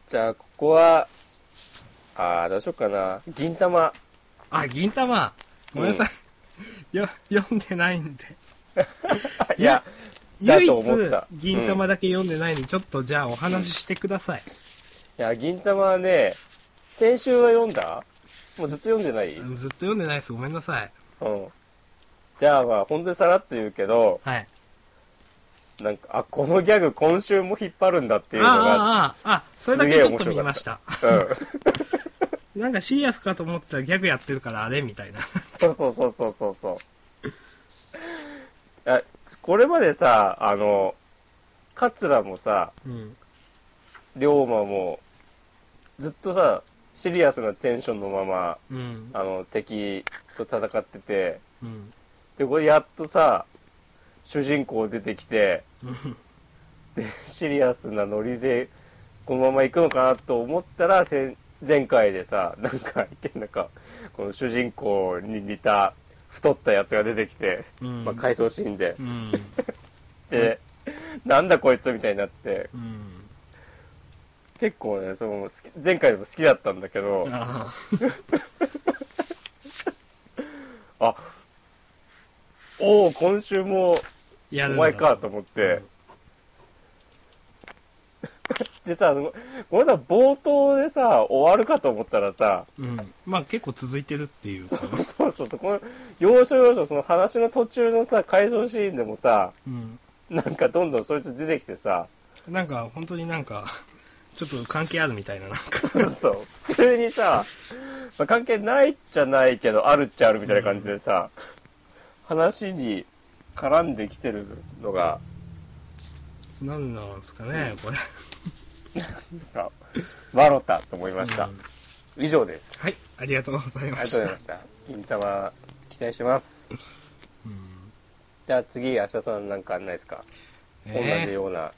S1: じゃあ、ここは、ああ、どうしようかな。銀玉。
S2: あ銀玉ごめんなさい、よ読んでないんで
S1: いや、だ
S2: 唯一
S1: と思った
S2: 銀玉だけ読んでないんで、ちょっとじゃあお話ししてください、
S1: いや、銀玉はね、先週は読んだもうずっと読んでないうん。
S2: ずっと読んでないですごめんなさい
S1: じゃあ、まあ、本当にさらっと言うけど、
S2: はい
S1: なんか、あ、このギャグ今週も引っ張るんだっていうのが、
S2: あああああそれだけちょっと見ました
S1: うん。
S2: なんかシリアスかと思ってたらギャグやってるからあれみたいな
S1: そうそうそうそうそうそう。あこれまでさ、あの、桂もさ、
S2: うん
S1: 龍馬も、ずっとさ、シリアスなテンションのまま、
S2: うん
S1: あの、敵と戦ってて、
S2: うん
S1: で、これやっとさ、主人公出てきて、
S2: うん
S1: で、シリアスなノリで、このまま行くのかなと思ったら、せん前回でさ、なんか、なんか、この主人公に似た、太ったやつが出てきて、
S2: うん
S1: まあ、回想シーンで
S2: う、ん
S1: で、なんだこいつみたいになって、
S2: うん
S1: 結構ね、その好き前回でも好きだったんだけど、
S2: あ
S1: あおお、今週も
S2: ーや
S1: お
S2: るんだ
S1: 前かと思って、 でさ、ごめんなさい、冒頭でさ、終わるかと思ったら さ、
S2: うんまあ結構続いてるっていうか
S1: そうそうそう、この要所要所、その話の途中のさ、回想シーンでもさ、
S2: うん
S1: なんかどんどんそいつ出てきてさ、
S2: なんか本当になんか ちょっと関係あるみたいななんか
S1: そうそう、普通にさ、まあ、関係ないっちゃないけど、あるっちゃあるみたいな感じでさ、話に絡んできてるのが、
S2: なんなんですかねこれ
S1: なんかマロタと思いました。
S2: うん
S1: 以上です。
S2: はいありがとうござい
S1: あり
S2: ま
S1: が
S2: し
S1: とうござ
S2: た
S1: いました。銀玉、期待してます。
S2: うん
S1: じゃあ次、明日さんなんかあんないですか、同じ
S2: え
S1: ような、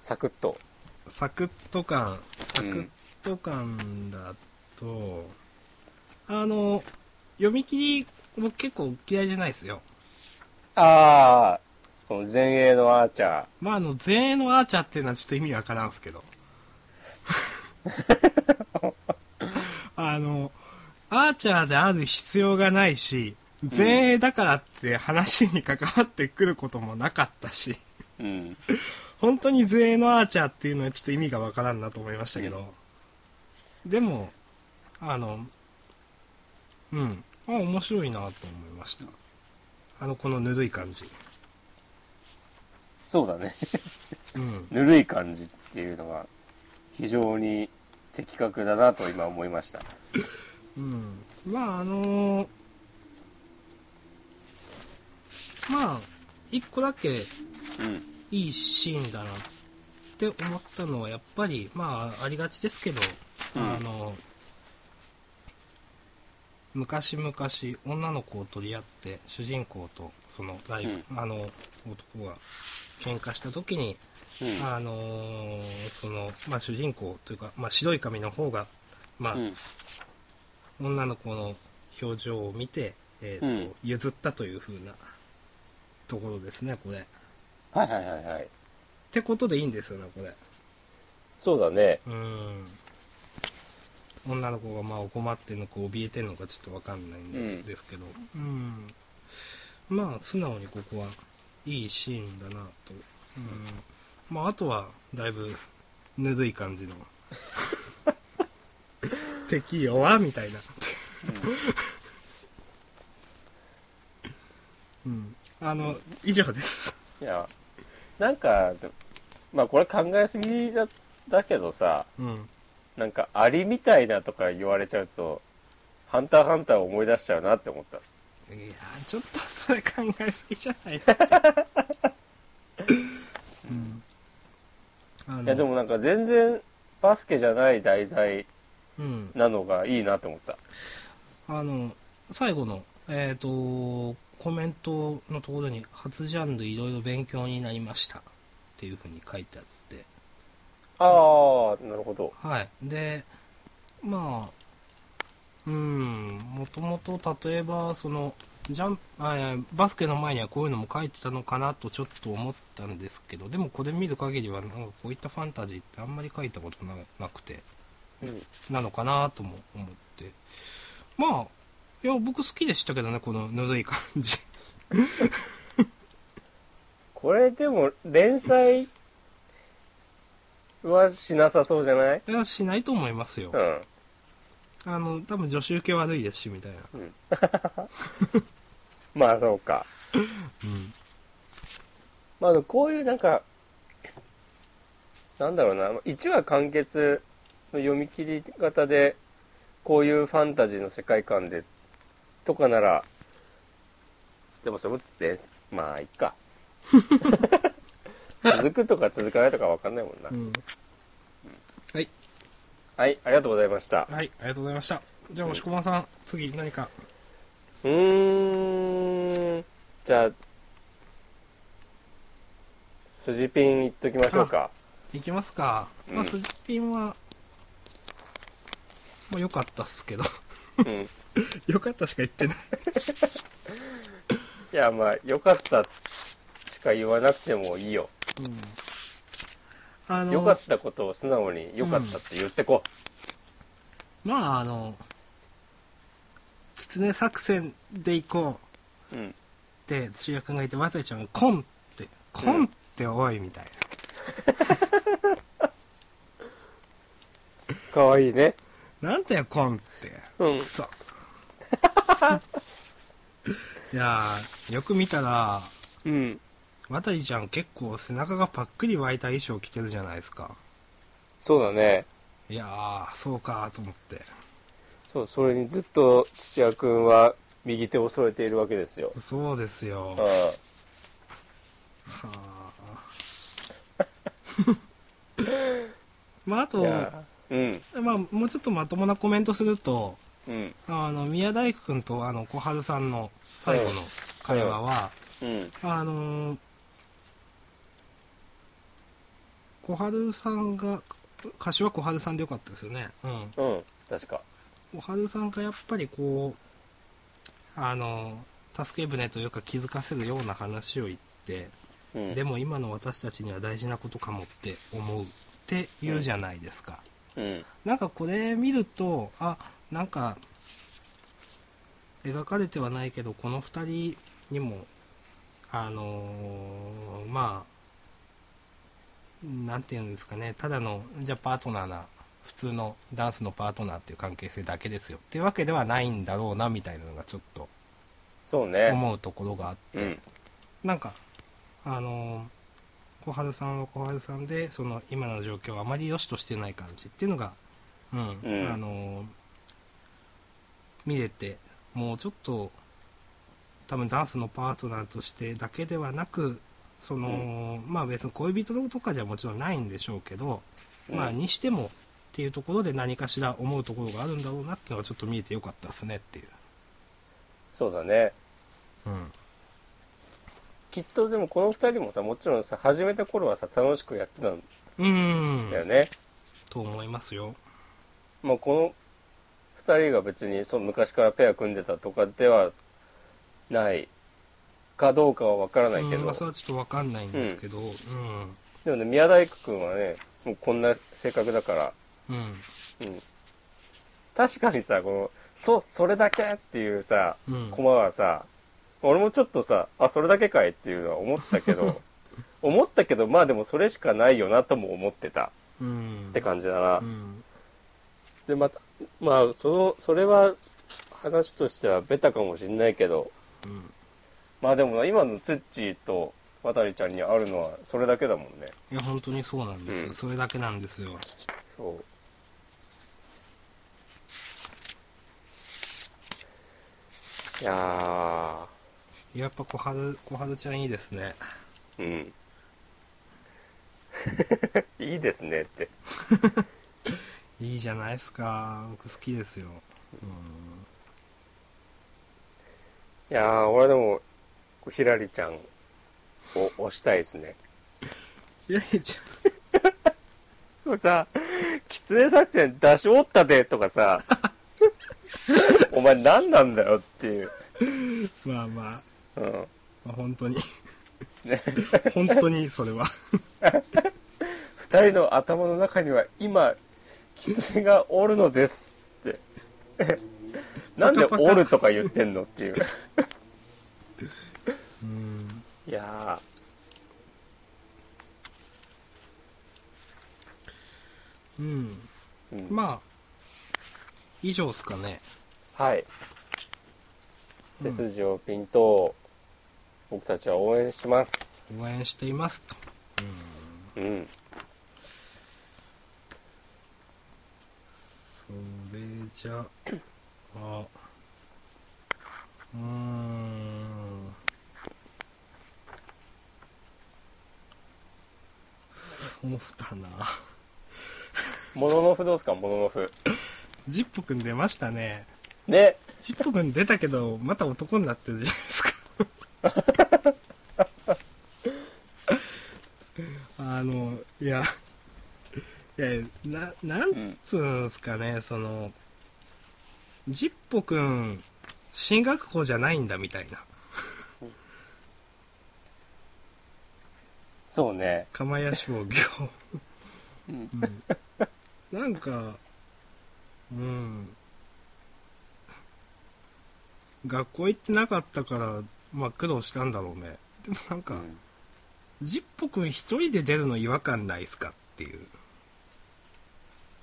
S1: サクッと。
S2: ーサクッと感サ
S1: う
S2: クッ
S1: ん
S2: と感だと、あの、読み切り、僕結構嫌いじゃないですよ。
S1: ああ、この前衛のアーチャー。
S2: まあ、あの、前衛のアーチャーっていうのはちょっと意味わからんすけど。あの、アーチャーである必要がないし、前衛だからって話に関わってくることもなかったし、
S1: うん。
S2: 本当に前衛のアーチャーっていうのはちょっと意味がわからんなと思いましたけど、でもあのうんあ面白いなと思いましたあのこのぬるい感じ
S1: そうだね。
S2: うん
S1: ぬるい感じっていうのは、非常に的確だなと今思いました。
S2: うんまああのまあ一個だけ
S1: うん。
S2: いいシーンだなって思ったのはやっぱりまあありがちですけど、
S1: うん
S2: あの昔々女の子を取り合って主人公とそのライブ、あの男が喧嘩した時に、
S1: うん。
S2: あのーそのまあ、主人公というか、まあ、白い髪の方が、まあ
S1: うん。
S2: 女の子の表情を見て、えーと
S1: うん
S2: 譲ったという風なところですねこれ。っ
S1: はいはいはいはい。
S2: てことでいいんですよねこれ。
S1: そうだね。
S2: うん女の子がまあ困ってんのか怯えてんのかちょっとわかんない
S1: うん
S2: んですけど、うんまあ素直にここはいいシーンだなと、うんまあ、あとは、だいぶ、ぬるい感 じの。敵よわ、みたいな。うん。あの、以上です。
S1: いやなんかでまあこれ考えすぎだだけどさ
S2: うん。
S1: なんかアリみたいなとか言われちゃうと「ハンターハンター」を思い出しちゃうなって思った
S2: いやーちょっとそれ考えすぎじゃない ですか。うん。あの
S1: いやでもなんか全然バスケじゃない題材
S2: うん。
S1: なのがいいなって思った
S2: あの、最後の、えっ、と、コメントのところに、初ジャンルいろいろ勉強になりましたっていうふうに書いてあって、
S1: ああなるほど
S2: はい。で、まあ、うん、もともと例えば、その、ジャンあえーバスケの前にはこういうのも書いてたのかなとちょっと思ったんですけど、でもこれ見る限りは、なんかこういったファンタジーってあんまり書いたことななくて、
S1: うん
S2: なのかなとも思ってまあいや僕好きでしたけどねこのぬるい感じ
S1: これでも連載はしなさそうじゃない
S2: いやしないと思いますよ
S1: うん
S2: あの多分女子受け悪いですしみたいな
S1: まあそうか
S2: うん
S1: まあでもこういうなんかなんだろうな1話完結の読み切り型でこういうファンタジーの世界観でとかならでもそれも連まあいっか 続くとか続かないとかわかんないもんな、
S2: うんはい
S1: はいありがとうございました
S2: はいありがとうございましたじゃあ押駒さん次何か
S1: うーんじゃあ筋ピンいっときましょうか
S2: いきますかま
S1: う
S2: あ
S1: ん
S2: すっぴんはまあ良かったっすけど
S1: うんい
S2: 良かったしか言ってない
S1: やまあよかったしか言わなくてもいいよ
S2: うんあの
S1: 良かったことを素直に良かったって言ってこ
S2: まああの狐作戦で行こう
S1: う。うん。
S2: って土屋君がいて渡ちゃんが「コン」って「コン」って多いみたいな、
S1: かわいいね。
S2: なんだよ「コン」って
S1: うん
S2: く。そいやーよく見たら
S1: うん。
S2: 渡ちゃん結構背中がパックリ湧いた衣装着てるじゃないですか
S1: そうだね。
S2: いやーそうかーと思って
S1: そう、それにずっと土屋くんは右手を添えているわけですよ。
S2: そうですよ
S1: う
S2: は
S1: ん。
S2: あ まああと
S1: いやうん。
S2: まあもうちょっとまともなコメントすると
S1: うん。
S2: あの宮大工君とあの小春さんの最後の会話は、
S1: うん。
S2: あのー小春さんが歌詞は小春さんでよかったですよね、うん、
S1: うん。確か。
S2: 小春さんがやっぱりこうあのー助け舟というか気づかせるような話を言って、
S1: うん。
S2: でも今の私たちには大事なことかもって思うって言うじゃないですか、
S1: うん。
S2: なんかこれ見るとあなんか描かれてはないけどこの2人にもあのーまあなんていうんですかねただのじゃあパートナーな普通のダンスのパートナーっていう関係性だけですよっていうわけではないんだろうなみたいなのがちょっと
S1: そうね。
S2: 思うところがあって
S1: うん。
S2: なんかあのー小春さんは小春さんでその今の状況をあまり良しとしてない感じっていうのが、うん
S1: うん
S2: あのー見れてもうちょっと多分ダンスのパートナーとしてだけではなくその、まあ別に恋人とかじゃもちろんないんでしょうけど、まあ
S1: うん
S2: にしてもっていうところで何かしら思うところがあるんだろうなっていうのがちょっと見えてよかったですねっていう。
S1: そうだね。
S2: うん
S1: きっとでもこの二人もさ、もちろんさ、始めた頃はさ、楽しくやってたん
S2: うーん
S1: だよね。
S2: と思いますよ。
S1: まあ、この二人が別にその昔からペア組んでたとかではないかどうかは分からないけ
S2: うん
S1: ど、
S2: まあ、それはちょっとわかんないんですけど、うん、
S1: でもね宮大工君はねもうこんな性格だから、
S2: うん、
S1: うん、確かにさこの「そそれだけ!」っていうさ
S2: うん
S1: 駒はさ、俺もちょっとさ「あそれだけかい」っていうのは思ったけど思ったけどまあでもそれしかないよなとも思ってた
S2: うん
S1: って感じだな、
S2: うん
S1: でまたまあそのそれは話としてはベタかもしんないけど
S2: うん
S1: まあでもな今のツッチーと渡りちゃんにあるのはそれだけだもんね
S2: いや本当にそうなんですよ、
S1: うん
S2: それだけなんですよ
S1: そういや
S2: やっぱ小春小春ちゃんいいですね
S1: ーうん いいですねって
S2: いいじゃないですか僕好きですよ、
S1: いやー俺でもひらりちゃんを押したいですね
S2: うん、いやいやち
S1: でもさ「キツネ作戦出しおったで」とか さ「お前何なんだよ」っていう、
S2: ょまあまあ
S1: うん、
S2: まあ本当に本当にそれは
S1: 2人の頭の中には今キツネがおるのですってなんで「おる」とか言ってんのっていう
S2: うん
S1: いや
S2: うん
S1: ー、うん
S2: まあ以上ですかね
S1: はい背筋をピンと僕たちは応援します
S2: 応援していますと
S1: うん
S2: それじゃあうーんそうだな
S1: もののふどうすかもののふ
S2: ジップくん出ましたね
S1: ね
S2: ジップくん出たけどまた男になってるじゃないですかあのいやいやななんつうんすかね、そのジッポくん進学校じゃないんだみたいな
S1: そうね
S2: 釜屋商業
S1: うん
S2: うんなんかうん学校行ってなかったからまあ苦労したんだろうねでもなんか、ジッポくん一人で出るの違和感ないっすかっていう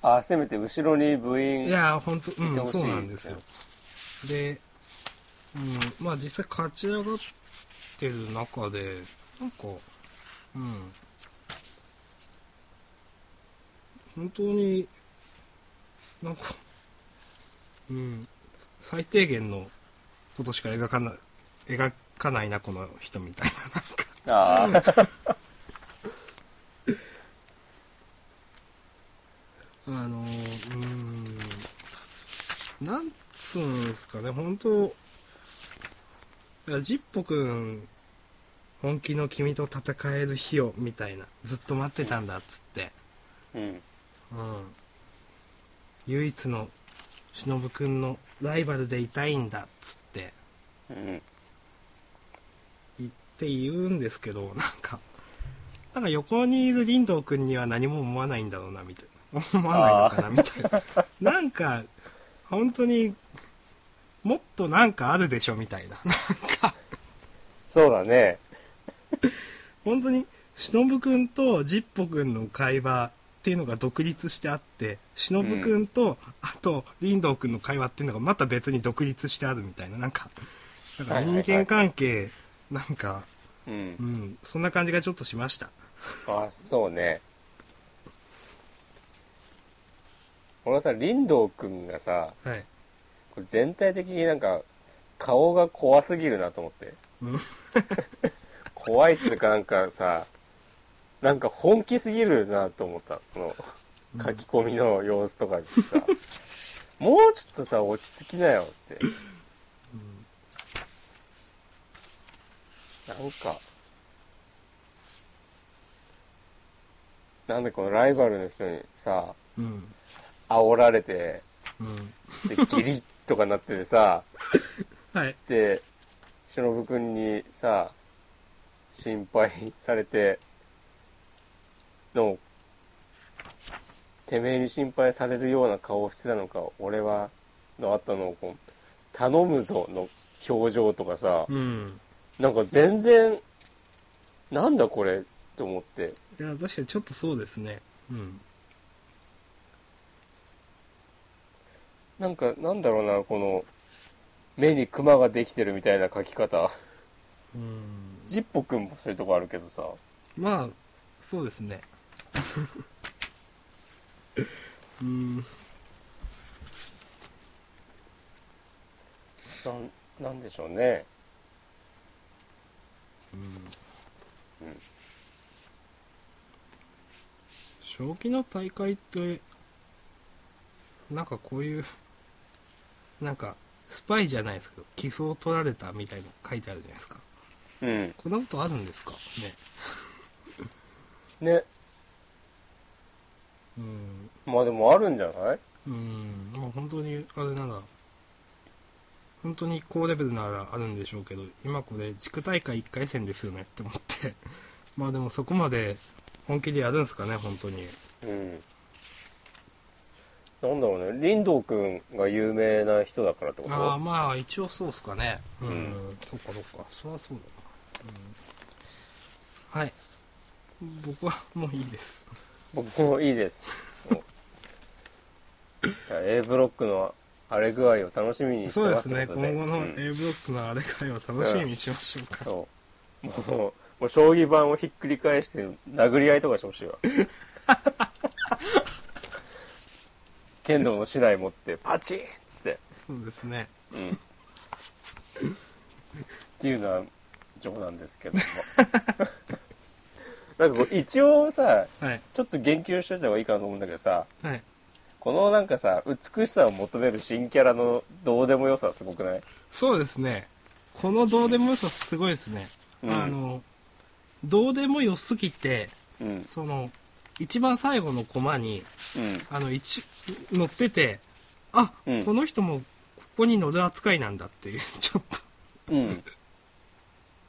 S1: あせめて後ろに部員
S2: いやーほんと
S1: いて
S2: う
S1: ほ
S2: ん
S1: しい
S2: そうなんですよで、うん、まあ実際勝ち上がってる中でなんかうん本当になんかうん最低限のことしか描かない描かないなこの人みたいな
S1: ああ
S2: あのーうーん、なんつうんすかね、本当いやジッポくん、本気の君と戦える日を、みたいな、ずっと待ってたんだっつって、
S1: うん
S2: うん。唯一の忍くんのライバルでいたいんだっつって、
S1: うん
S2: 言って言うんですけど、なんか、なんか横にいる林道くんには何も思わないんだろうな、みたいな。思わないのかな、みたいな。なんか、本当に、もっとなんかあるでしょ、みたいな。
S1: そうだね
S2: 本当に、忍くんとジッポくんの会話っていうのが独立してあって、忍くんと、あと、林道くんの会話っていうのがまた別に独立してあるみたいな。なんか、なんか人間関係、なんか、
S1: う
S2: うんん、そんな感じがちょっとしました。
S1: あそうね俺はさ林道くんがさ
S2: はい。
S1: これ全体的になんか顔が怖すぎるなと思って
S2: うん
S1: 怖いっていうかなんかさなんか本気すぎるなと思ったこの書き込みの様子とかで さ、もうちょっとさ落ち着きなよって、なんかなんでこのライバルの人にさ
S2: うん。
S1: 煽られて
S2: うん。
S1: でギリッとかなっててさ
S2: はい。
S1: で忍君にさ心配されてのてめえに心配されるような顔をしてたのか俺はのあったのをこう頼むぞの表情とかさ
S2: うん。
S1: なんか全然なんだこれと思って
S2: いや確かにちょっとそうですねうん
S1: なんかなんだろうなこの目にクマができてるみたいな書き方
S2: うん
S1: ジッポくんもそういうとこあるけどさ
S2: まあそうですね うん
S1: なんなんでしょうね
S2: 正気の大会ってなんかこういうなんかスパイじゃないですけど寄付を取られたみたいなの書いてあるじゃないですか
S1: うん
S2: こんなことあるんですかね
S1: ね
S2: うん
S1: まあでもあるんじゃない
S2: うんもう本当にあれなら本当に高レベルならあるんでしょうけど今これ地区大会1回戦ですよねって思って まあでもそこまで本気でやるんですかね本当に
S1: うんなんだろうね林道くんが有名な人だからってこ
S2: ああ
S1: と
S2: まあ一応そうっすかねうん、
S1: うん
S2: そっかそっかそりゃそうだな、うん、はい僕はもういいです
S1: 僕もいいです おいや A ブロックの荒れ具合を楽しみにして
S2: そうで
S1: ますす
S2: ね
S1: と
S2: 今
S1: いうこと
S2: 後の
S1: うん
S2: A ブロックのあれかいを楽しみにしましょうか、
S1: そう もうもう将棋盤をひっくり返して殴り合いとかしてほ しいわ剣道の竹刀持ってパチンっつって
S2: そうですね
S1: うんっていうのは冗談ですけども なんかこう一応さ
S2: はい
S1: ちょっと言及しといた方がいいかなと思うんだけどさ
S2: はい
S1: このなんかさ美しさを求める新キャラのどうでもよさすごくない
S2: そうですねこのどうでもよさすごいですね、
S1: うん
S2: あのどうでもよすぎて
S1: うんうん
S2: その一番最後のコマにあの一乗っててあ、
S1: うん
S2: この人もここに乗る扱いなんだっていう ちょっ
S1: うん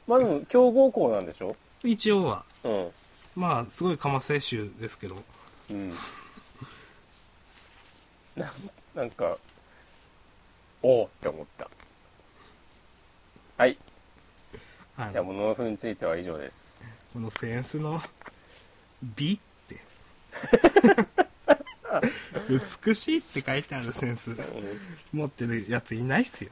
S1: まあでも強豪校なんでしょ
S2: と一応は
S1: うん
S2: まあすごいかませ集ですけど
S1: うんななんかおおって思ったはい
S2: あ
S1: じゃあ
S2: の
S1: 物のふについては以上です
S2: このセンスの美って 美しいって書いてあるセンス持ってるやついないっすよ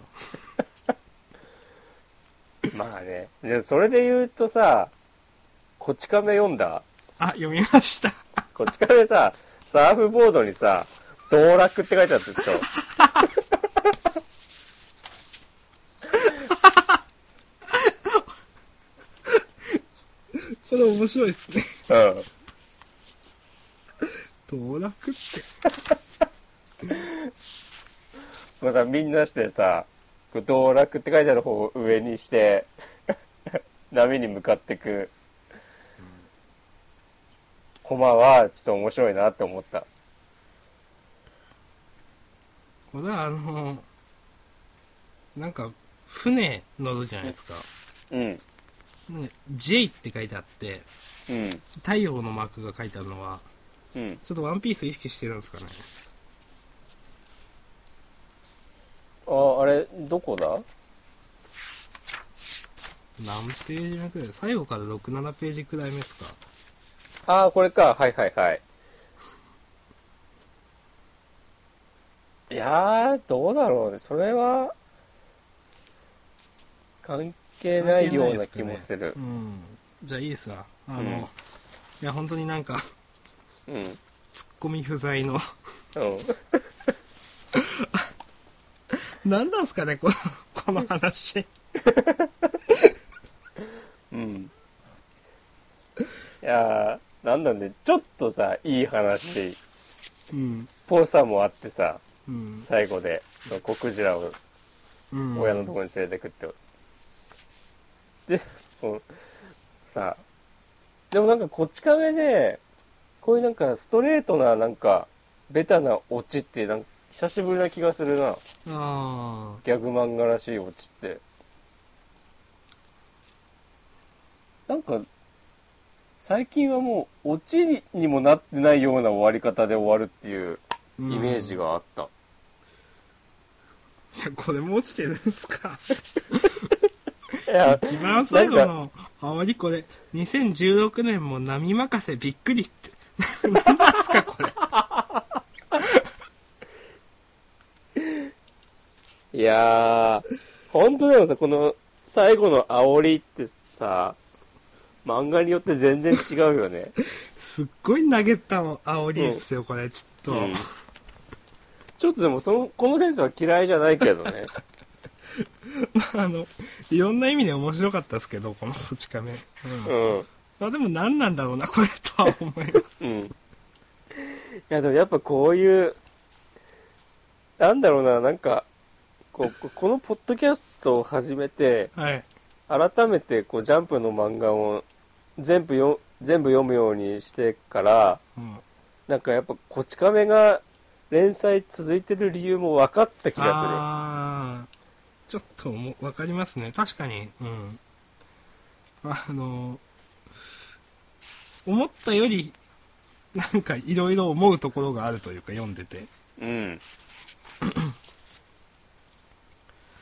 S1: まあねでそれで言うとさ「こち亀」読んだ
S2: あ読みました
S1: 「こち亀さ」 サーフボードにさ「道楽」って書いてあったでしょ
S2: これ面白いっすね
S1: うん
S2: 道楽って
S1: これさみんなしてさ「こう道楽」って書いてある方を上にして 波に向かってくコマはちょっと面白いなって思った
S2: これはあのなんか船乗るじゃないですか、
S1: うん
S2: ね J って書いてあって
S1: うん
S2: 太陽のマークが書いてあるのは
S1: うん
S2: ちょっとワンピース意識してるんですかね
S1: ああれどこだ
S2: 何ページ目くらい最後から67ページくらい目ですか
S1: ああこれかはいはいはいいやーどうだろうねそれは関係ないような気もする
S2: うんじゃあいいですわあの、
S1: うん
S2: いや本当になんか
S1: うん
S2: ツッコミ不在の
S1: うん
S2: 何なんすかねこのこの話
S1: うんいやーなんだねちょっとさいい話っ
S2: うん
S1: ぽさもあってさ
S2: うん
S1: 最後でその子クジラを
S2: うん
S1: 親のとこに連れてくって、でこうさでもなんかこち亀ねこういうなんかストレートななんかベタなオチってなんか久しぶりな気がするな
S2: あ
S1: ギャグ漫画らしいオチってなんか最近はもうオチにもなってないような終わり方で終わるっていう
S2: イ
S1: イメージがあった、
S2: いやこれも落ちてるんすか
S1: いや
S2: 一番最後
S1: なん
S2: のあまりこれ、2016年も波任せびっくりって。何ですか、これ。
S1: いやー、ほんとでもさ、この最後の煽りってさ、漫画によって全然違うよね。
S2: すっごい投げた煽りですよ、これ、ちょっと。
S1: うんちょっとでもその、この選手は嫌いじゃないけどね。
S2: あの、いろんな意味で面白かったですけど、このこち亀。うん
S1: うん。
S2: まあでも何なんだろうな、これとは思います。
S1: うん。いや、でもやっぱこういう、なんだろうな、なんか、こうここのポッドキャストを始めて、
S2: はい。
S1: 改めてこうジャンプの漫画を全部よ全部読むようにしてから、
S2: うん、
S1: なんかやっぱこち亀が連載続いてる理由も分かった気が
S2: あーちょっともう分かりますね。確かに。うん。あの、思ったより、なんかいろいろ思うところがあるというか、読んでて。
S1: する。うん。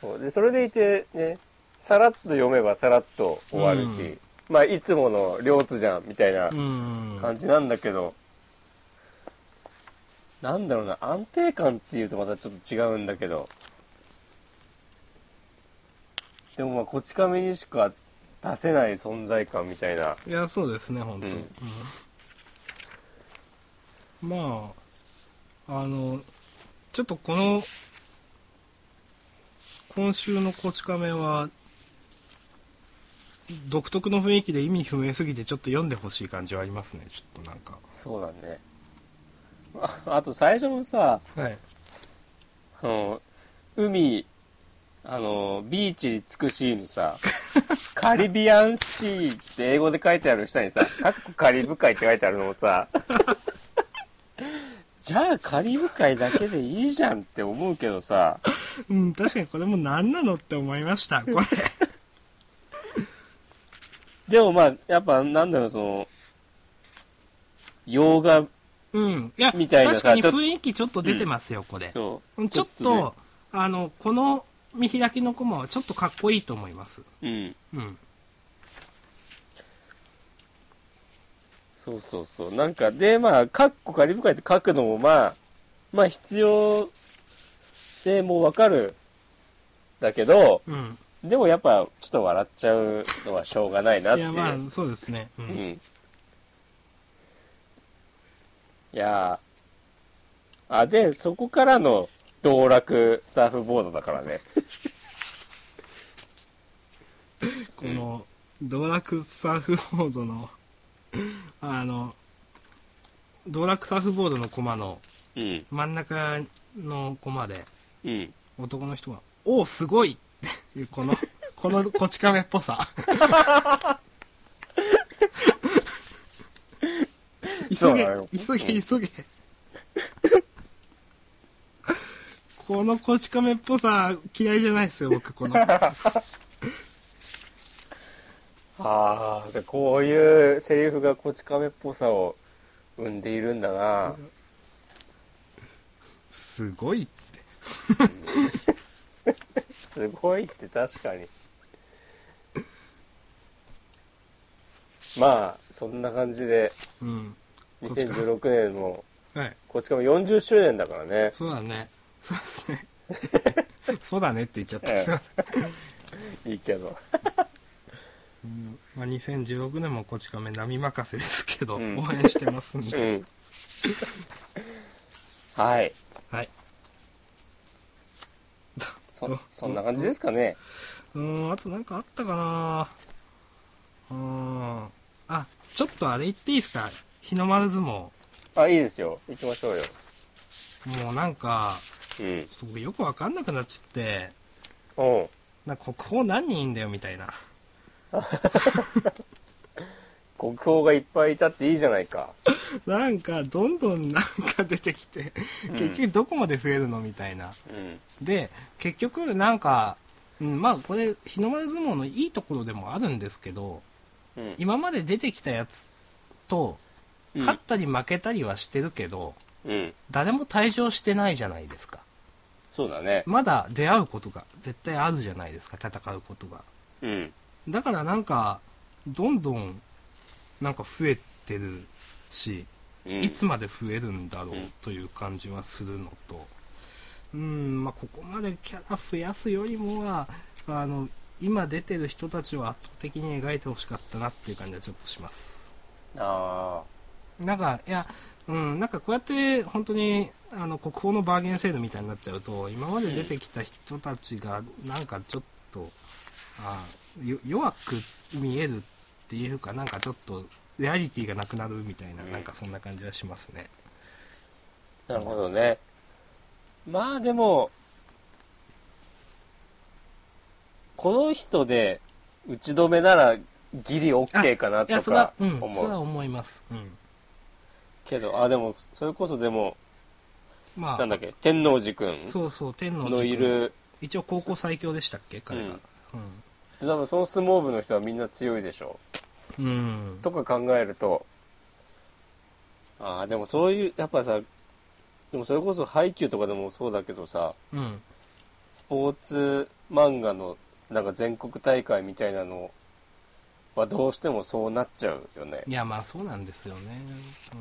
S1: そうでそれでいてね、さらっと読めばさらっと終わるし、
S2: うん
S1: まあいつもの両津じゃんみたいな
S2: うん。
S1: 感じなんだけど、なんだろうな、安定感っていうとまたちょっと違うんだけど、でもまあ、こち亀にしか出せない存在感みたいな。
S2: いや、そうですね、本当、
S1: う
S2: うんんまあ、あの、ちょっとこの、今週のこち亀は、独特の雰囲気で意味不明すぎてちょっと読んでほしい感じはありますね、ちょっとなんか。
S1: そうだね。 ああと最初のさ、
S2: はい。
S1: あの、海、あの、ビーチに尽くしのさ、カリビアンシーって英語で書いてある下にさ、かっこカリブ海って書いてあるのもさ、じゃあカリブ海だけでいいじゃんって思うけどさ、
S2: うん、確かにこれも何なのって思いました、 これ。
S1: でもまあ、やっぱなんだろう、その、洋画、
S2: うん。いや、
S1: みたいな
S2: 確
S1: さ
S2: かに
S1: ちょっと
S2: 雰囲気ちょっと出てますよ、これ。
S1: そう
S2: う。んちょっ
S1: ね
S2: と、あの、この見開きのコマはちょっとかっこいいと思います。
S1: うん。
S2: うん。
S1: そうそうそう。なんか、で、まあ、カッコカリブ海って書くのも、まあ、まあ、必要性もわかる。だけど、
S2: うん。
S1: でもやっぱ、ちょっと笑っちゃうのはしょうがないなっ
S2: い
S1: てい
S2: や、
S1: う。
S2: まあ、そうですね。う。
S1: うんん。いやーあ、で、そこからの道楽サーフボードだからね。
S2: この、道楽サーフボードの、 あの、道楽サーフボードのコマの
S1: うん。
S2: 真ん中のコマで、
S1: うん。
S2: 男の人が、おお、すごいっていう、 この、このこち亀っぽさ。
S1: そ
S2: 急
S1: う
S2: げ
S1: なの、
S2: 急
S1: う
S2: げ、
S1: ん
S2: 急げ。このこち亀っぽさ、嫌いじゃないですよ、僕、この。
S1: ああ、じゃあこういうセリフがこち亀っぽさを生んでいるんだな。
S2: すごいって。
S1: すごいって確かに。まあ、そんな感じで、
S2: うん。
S1: 2016年も、
S2: はい。
S1: こち亀40周年だからね。
S2: そうだね。そうですね。 そうだねって言っちゃっ
S1: ええ
S2: た。すいません。
S1: いいけど。
S2: まあ、2016年もこち亀波任せですけど、
S1: うん
S2: 応援してますん
S1: う
S2: で。
S1: ん。はい。
S2: はい。
S1: そ
S2: ど、
S1: そんな感じですかね。
S2: うーん、あとなんかあったかなうーん。あ、ちょっとあれ言っていいですか日の丸相撲。も
S1: あ、いいですよ。行きましょうよ。
S2: うなんか、
S1: うん。
S2: ちょっと僕よくわかんなくなっちゃって、
S1: うん。
S2: なんか国宝何人いんだよみたいな。
S1: 国宝がいっぱいいたっていいじゃないか。
S2: なんか、どんどんなんか出てきて、結局どこまで増えるのみたいな。
S1: うん。
S2: で結局なんか、うん、まあこれ日の丸相撲のいいところでもあるんですけど
S1: うん。
S2: 今まで出てきたやつと
S1: うん
S2: 勝ったり負けたりはしてるけど、
S1: うん。
S2: 誰も退場してないじゃないですか
S1: そうだね。
S2: まだ出会うことが絶対あるじゃないですか戦うことが
S1: うん。
S2: だからなんかどんどんなんか増えてるし、
S1: うん
S2: いつまで増えるんだろう
S1: うん
S2: という感じはするのと、うん、まあ、ここまでキャラ増やすよりもは、あの、今出てる人たちを圧倒的に描いてほしかったなっていう感じはちょっとします。
S1: あ
S2: なんか、いや、うん、なんかこうやって本当に、あの、国宝のバーゲン制度みたいになっちゃうと、今まで出てきた人たちが、なんかちょっと、あよ弱く見えるっていうか、なんかちょっと、リアリティがなくなるみたいな、
S1: うん
S2: なんかそんな感じはしますね。
S1: あなるほどねまあでもこの人で打ち止めならギリ OK かない
S2: や、
S1: と
S2: それは
S1: か、
S2: うん、
S1: 思
S2: それは
S1: う
S2: 思います。うん。
S1: けどあでもそれこそでも
S2: まあ、
S1: なんだっけ天王寺君
S2: そうそう、天皇
S1: のいる
S2: 一応高校最強でしたっけ、彼が。
S1: 多分その相撲部の人はみんな強いでしょ
S2: うん。うん。
S1: とか考えるとああでもそういうやっぱさでもそれこそハイキューとかでもそうだけどさ
S2: うん。
S1: スポーツ漫画のなんか全国大会みたいなのはどうしてもそうなっちゃうよね
S2: いや、まあそうなんですよね。うん。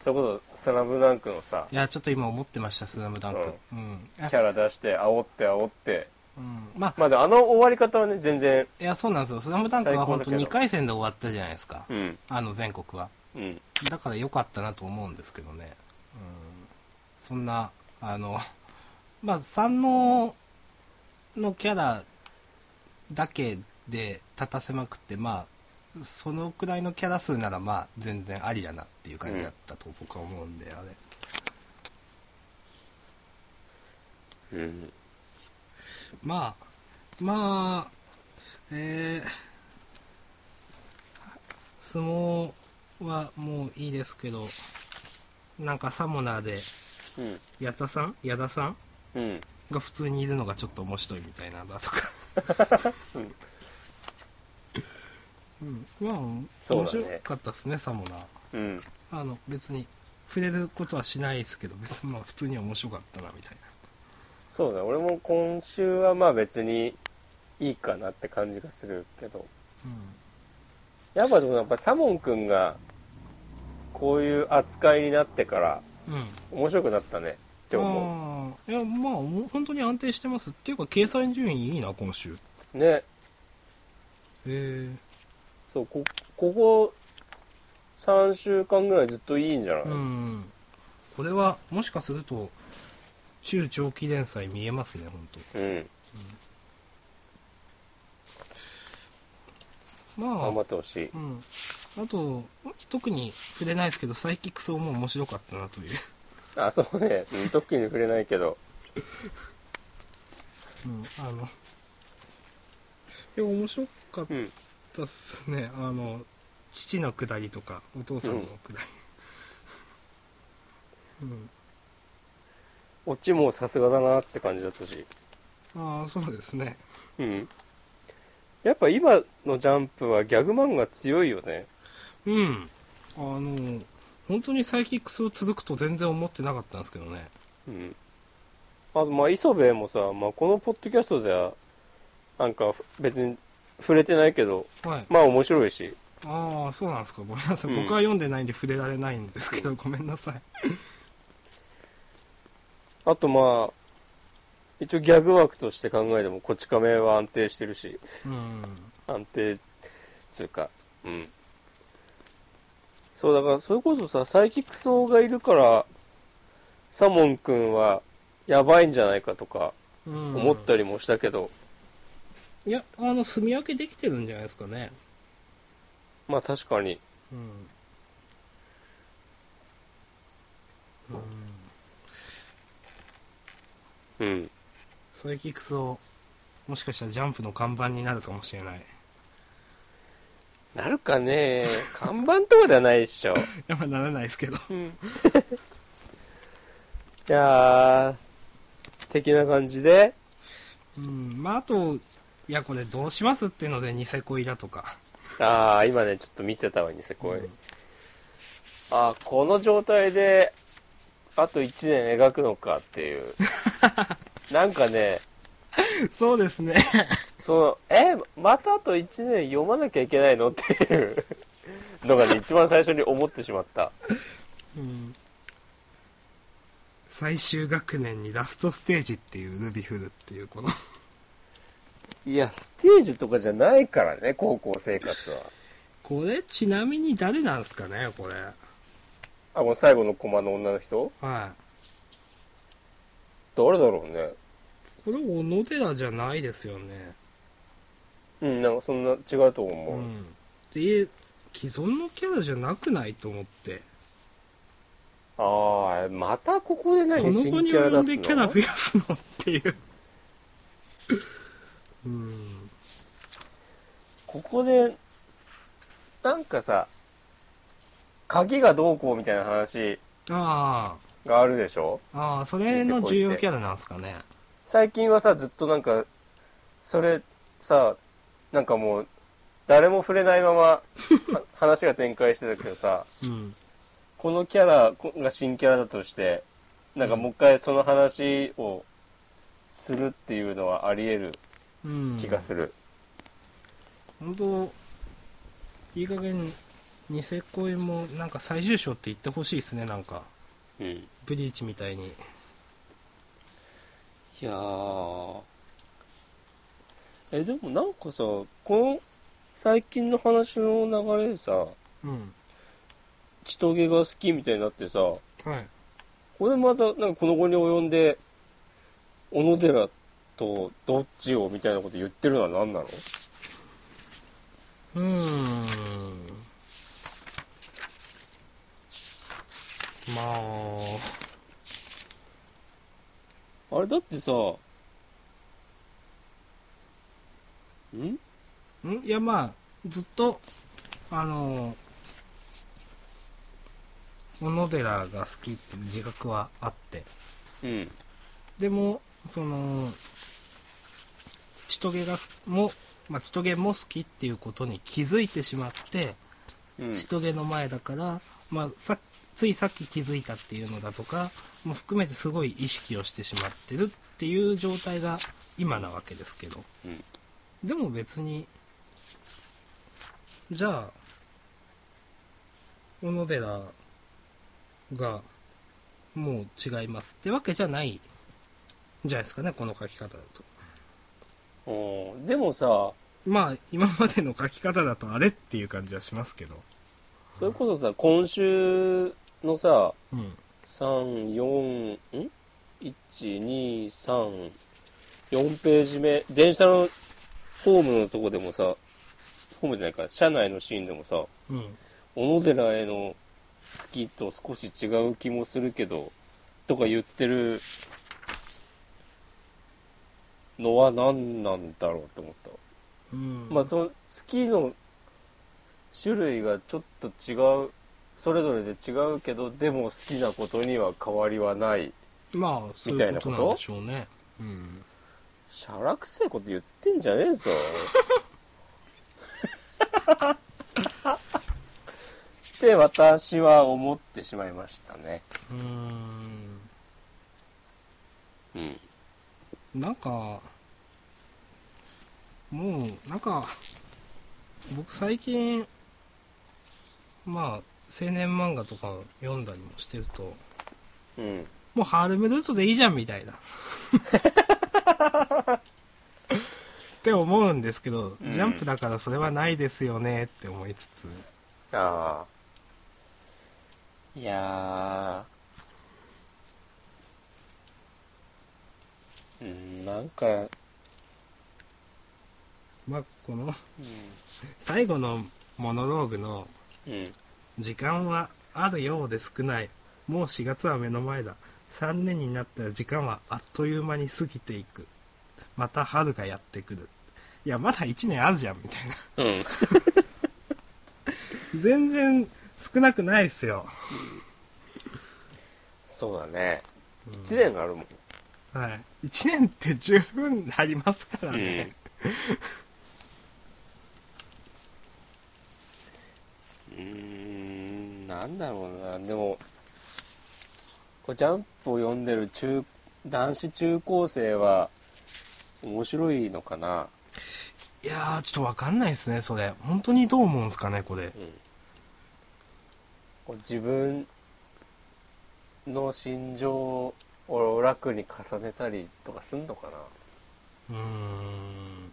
S1: それこそ「スラムダンクのさ
S2: いや、ちょっと今思ってました、スラムダンク。うん。あ
S1: キャラ出して煽って煽って
S2: うん、まあ、
S1: まあでもあの終わり方はね全然
S2: いや、そうなんですよ。スラムダンクは本当
S1: 最高だけど
S2: 2回戦で終わったじゃないですか。
S1: うん
S2: あの、全国は。
S1: うん
S2: だから良かったなと思うんですけどね。うん、そんな、あの、 まあ、三能のキャラだけで立たせまくって、まあ、そのくらいのキャラ数なら、まあ、全然ありだなっていう感じだったと僕は思うんで、あれ。
S1: うん
S2: まあ、まあ、えー、相撲はもういいですけど、なんかサモナーで、
S1: うん
S2: 矢田さん矢田さん
S1: うん
S2: が普通にいるのがちょっと面白いみたいなんだとか、うん、まあ
S1: そう
S2: 面
S1: だね
S2: 白かったですねサモナー
S1: うん
S2: あの別に触れることはしないですけど別にまあ普通に面白かったなみたい
S1: そうだね俺も今週はまあ別にいいかなって感じがするけどやっぱでもやっぱサモン君がこういう扱いになってから
S2: なうんうん
S1: 面白くなったねって思
S2: あーいやまあもう本当に安定してますっていうか計算順位いいな今週へ
S1: うね
S2: え
S1: そうこここ3週間ぐらいずっといいんじゃない、
S2: うんこれはもしかすると中長期連載見えますね本当
S1: うん、
S2: まあ
S1: 頑張ってほしい
S2: うん、あと特に触れないですけどサイキックスも面白かったなという、
S1: あそうねうん特に触れないけど
S2: うん、あのいや面白かっ
S1: うん
S2: たっすねあの父のくだりとかお父さんのくだり、うん
S1: オチもさすがだなって感じだったし
S2: ああそうですね
S1: うんやっぱ今のジャンプはギャグ漫画強いよね
S2: うんあの本当にサイキックスを続くと全然思ってなかったんですけどね
S1: うん、あとまあ磯部もさ、まあ、このポッドキャストではなんか別に触れてないけど
S2: はい
S1: まあ面白いし
S2: ああそうなんですかごめんなさい、
S1: うん
S2: 僕は読んでないんで触れられないんですけどごめんなさい
S1: あとまあ一応ギャグ枠として考えてもこち亀は安定してるし
S2: うん
S1: 安定つうかうんそうだからそれこそさサイキックソーがいるからサモン君はやばいんじゃないかとか
S2: うん
S1: 思ったりもしたけど、
S2: いや、あの、住み分けできてるんじゃないですかね。
S1: まあ確かに
S2: うん。うん。
S1: うん
S2: サイキックスを、もしかしたらジャンプの看板になるかもしれない。
S1: なるかね看板とかではないでしょ。
S2: やっぱならないですけど。
S1: いやー、的な感じで、
S2: うん。まあ、あと、いや、これどうしますっていうので、ニセ恋だとか。
S1: あー、今ね、ちょっと見てたわ、ニセ恋。あー、この状態で、あと1年描 くのかっていう。なんかね、
S2: そうですね。
S1: そうえまたあと1年読まなきゃいけないのっていうのがね一番最初に思ってしまった
S2: うん最終学年にラストステージっていうルビフルっていうこの
S1: いやステージとかじゃないからね高校生活は
S2: これちなみに誰なんすかねこれ
S1: あこの最後のコマの女の人
S2: は
S1: 誰だろうね
S2: いこれ小野寺じゃないですよね
S1: うんなんかそんな違うと思う、
S2: うんで既存のキャラじゃなくないと思って
S1: ああまたここで
S2: こ
S1: 何
S2: の
S1: 新
S2: 子に
S1: キャラ出
S2: 及ん
S1: す
S2: で
S1: の
S2: キャラ増やすのっていううん
S1: ここでなんかさ鍵がどうこうみたいな話
S2: あ
S1: があるでしょ
S2: あああそれの重要キャラなんすかね
S1: 最近はさずっとなんかそれさなんかもう誰も触れないまま は話が展開してたけどさ
S2: うん
S1: このキャラこが新キャラだとしてなんかもう一回その話をするっていうのはあり得る
S2: うん
S1: 気がする、
S2: 本当いい加減ニセ恋もなんか最終章って言ってほしいですねなんか
S1: うんい
S2: ブリーチみたいに
S1: やーえでもなんかさこの最近の話の流れでさ
S2: うん
S1: 千棘が好きみたいになってさ、
S2: はい
S1: これまたなんかこの後に及んで小野寺とどっちをみたいなこと言ってるのは何なの
S2: うーんまあ
S1: あれだってさん
S2: んいやまあずっとあの小野寺が好きっていう自覚はあって
S1: うん
S2: でもその千棘がも、まあ、千棘も好きっていうことに気づいてしまって
S1: うん
S2: 千棘の前だから、まあ、さついさっき気づいたっていうのだとかも含めてすごい意識をしてしまってるっていう状態が今なわけですけど、
S1: うん
S2: でも別にじゃあ小野寺がもう違いますってわけじゃないんじゃないですかねこの書き方だと
S1: おーでもさ
S2: まあ今までの書き方だとあれっていう感じはしますけど
S1: それこそさ今週のさ
S2: うん
S1: 34ん1234ページ目電車のホームのとこでもさホームじゃないか車内のシーンでもさ、
S2: うん
S1: 小野寺への好きと少し違う気もするけどとか言ってるのは何なんだろうと思った、
S2: うん
S1: まあその好きの種類がちょっと違うそれぞれで違うけどでも好きなことには変わりはない
S2: まあそういうことなんでしょうねうん
S1: しゃらくせえこと言ってんじゃねえぞ って私は思ってしまいましたね
S2: うー
S1: う
S2: ん
S1: ん
S2: なんかもうなんか僕最近まあ青年漫画とかを読んだりもしてると
S1: うん
S2: もうハーレムルートでいいじゃんみた いなって思うんですけど、
S1: うん
S2: ジャンプだからそれはないですよねって思いつつ
S1: ああいやーうんなんか、うん、
S2: まあこの最後のモノローグの
S1: うん
S2: 時間はあるようで少ないもう4月は目の前だ3年になったら時間はあっという間に過ぎていくまた春がやってくるいやまだ1年あるじゃんみたいな
S1: うん
S2: 全然少なくないっすよ
S1: そうだね1年があるもん
S2: はい1年って十分ありますからね、
S1: うん、うーんなんだろうなでもこうジャンプを読んでる中男子中高生は面白いのかな
S2: いやー、ちょっとわかんないですね、それ。本当にどう思うんすかね、これ。
S1: こう自分の心情を楽に重ねたりとかすんのかな
S2: うーん。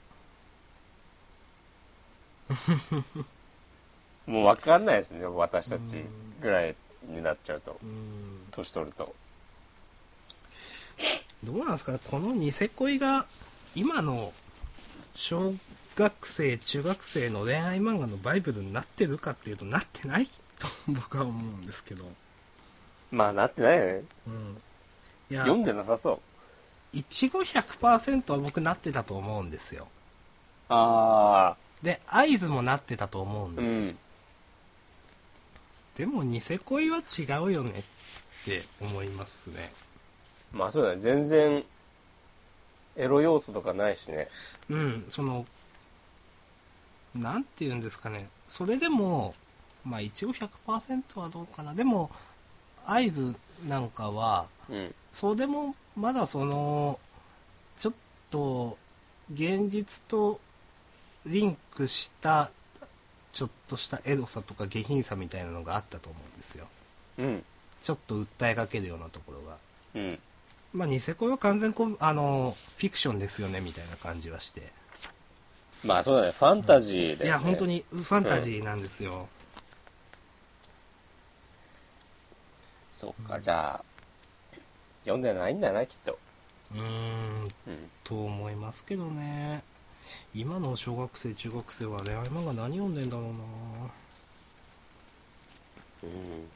S1: もう分かんないですね私たちぐらいになっちゃうと
S2: うーん
S1: 年取ると
S2: どうなんですかねこのニセ恋が今の小学生中学生の恋愛漫画のバイブルになってるかっていうとなってないと僕は思うんですけど、
S1: まあなってないよね
S2: うん、いや
S1: 読んでなさそう
S2: いちご100%は僕なってたと思うんですよ
S1: あ
S2: で合図もなってたと思うん
S1: あう
S2: ですよ、
S1: ん
S2: でもニセ恋は違うよねって思いますね
S1: まあそうだね全然エロ要素とかないしね
S2: うんそのなんて言うんですかねそれでもまあ一応100%はどうかなでも合図なんかは
S1: うん
S2: そうでもまだそのちょっと現実とリンクしたちょっとしたエロさとか下品さみたいなのがあったと思うんですよ
S1: うん
S2: ちょっと訴えかけるようなところが
S1: うん
S2: まあニセ恋は完全こうあのフィクションですよねみたいな感じはして
S1: まあそうだねファンタジーで、
S2: い
S1: ね、
S2: や本当にファンタジーなんですよ、
S1: そっかじゃあ読んでないんだなきっと
S2: うーん
S1: うん
S2: と思いますけどね今の小学生中学生は恋愛漫画何読んでんだろう
S1: うん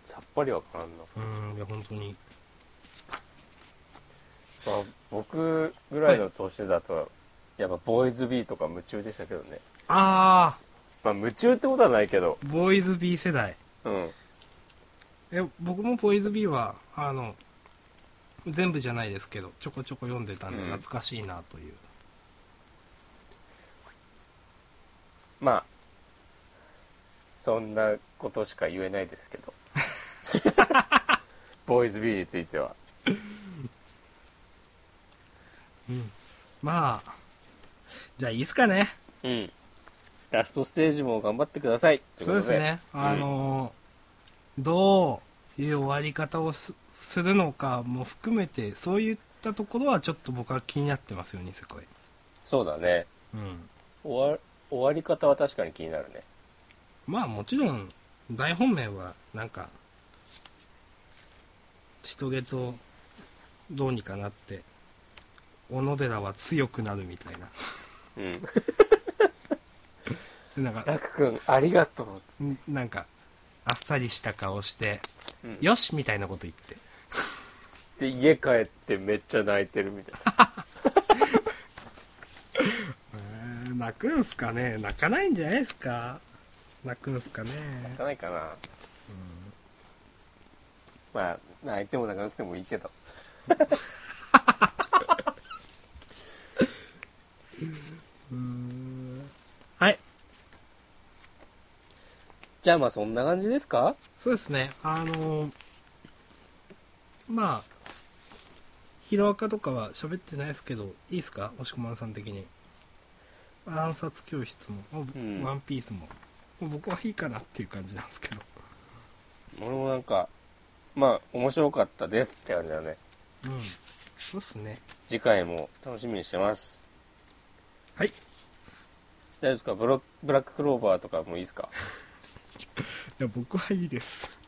S1: さっぱりわからんな
S2: なうーんいや本当に
S1: まあ、僕ぐらいの年だと、やっぱボーイズビーとか夢中でしたけどね
S2: あ
S1: まあ夢中ってことはないけど
S2: あボーイズ B 世代
S1: うん
S2: え僕もボーイズ B はあの全部じゃないですけどちょこちょこ読んでたんで
S1: うん
S2: 懐かしいなという、
S1: まあそんなことしか言えないですけ どボーイズビーについては
S2: まあじゃあいいっすかね
S1: うんラストステージも頑張ってください
S2: そうですね。あのーどういう終わり方をすするのかも含めて、そういったところはちょっと僕は気になってますよ、ニセコイ。
S1: そうだね
S2: うん。
S1: 終わ終わり方は確かに気になるね
S2: まあもちろん、大本命は、なんか、ちとげとどうにかなって、小野寺は強くなるみたいな。
S1: うん
S2: でなんか、
S1: 楽くんありがとうつ
S2: んなんか、あっさりした顔して、
S1: うん
S2: よしみたいなこと言って。
S1: って家帰ってめっちゃ泣いてるみたいな
S2: えー泣くんすかね泣かないんじゃないですか泣くんすかね
S1: 泣かないかなまあ泣いても泣かなくてもいいけど
S2: はい
S1: じゃあまあそんな感じですか
S2: そうですねあのーまあヒロアカとかは喋ってないですけどいいですか押し込まんさん的に暗殺教室も、お
S1: ん
S2: ワンピースももう僕はいいかなっていう感じなんですけど
S1: 俺もなんかまあ面白かったですって感じだね
S2: うんそうっすね
S1: 次回も楽しみにしてます
S2: はい
S1: 大丈夫ですかブロブラッククローバーとかもいい ですか
S2: いや僕はいいです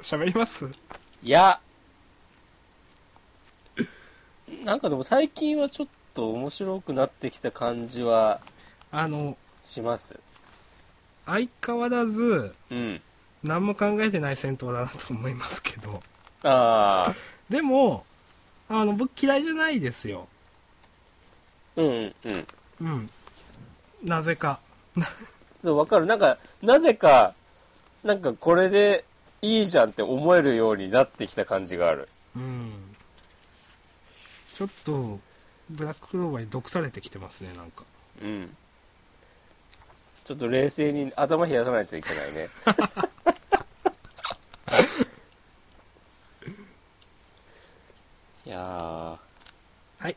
S2: 喋ります
S1: いやなんかでも最近はちょっと面白くなってきた感じは
S2: あの
S1: します
S2: 相変わらず
S1: うん
S2: 何も考えてない戦闘だなと思いますけど
S1: ああ
S2: でもあの僕嫌いじゃないですよ
S1: うんうんうん
S2: うんなぜか
S1: そうわかるなんかなぜかなんかこれでいいじゃんって思えるようになってきた感じがある
S2: うんちょっとブラッククローバーに毒されてきてますねなんか
S1: うんちょっと冷静に頭冷やさないといけないね いやー
S2: はい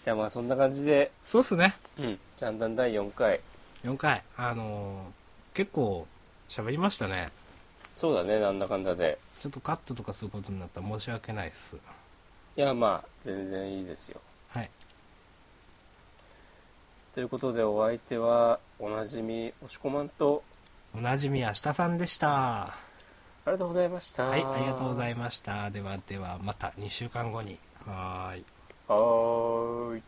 S1: じゃあまあそんな感じで、
S2: そうっすね。
S1: うん、ジャンダン第4回。
S2: 4回。あのー結構喋りましたね。
S1: そうだね、なんだかんだで。
S2: ちょっとカットとかすることになったら申し訳ないっす。
S1: いや、まあ、全然いいですよ。
S2: はい。
S1: ということで、お相手は、おなじみ、押しこまんと、
S2: おなじみ、明日さんでした。
S1: ありがとうございました。
S2: はい、ありがとうござ
S1: い
S2: いました。ではでは、また2週間後に。はーい。
S1: ます。はーい。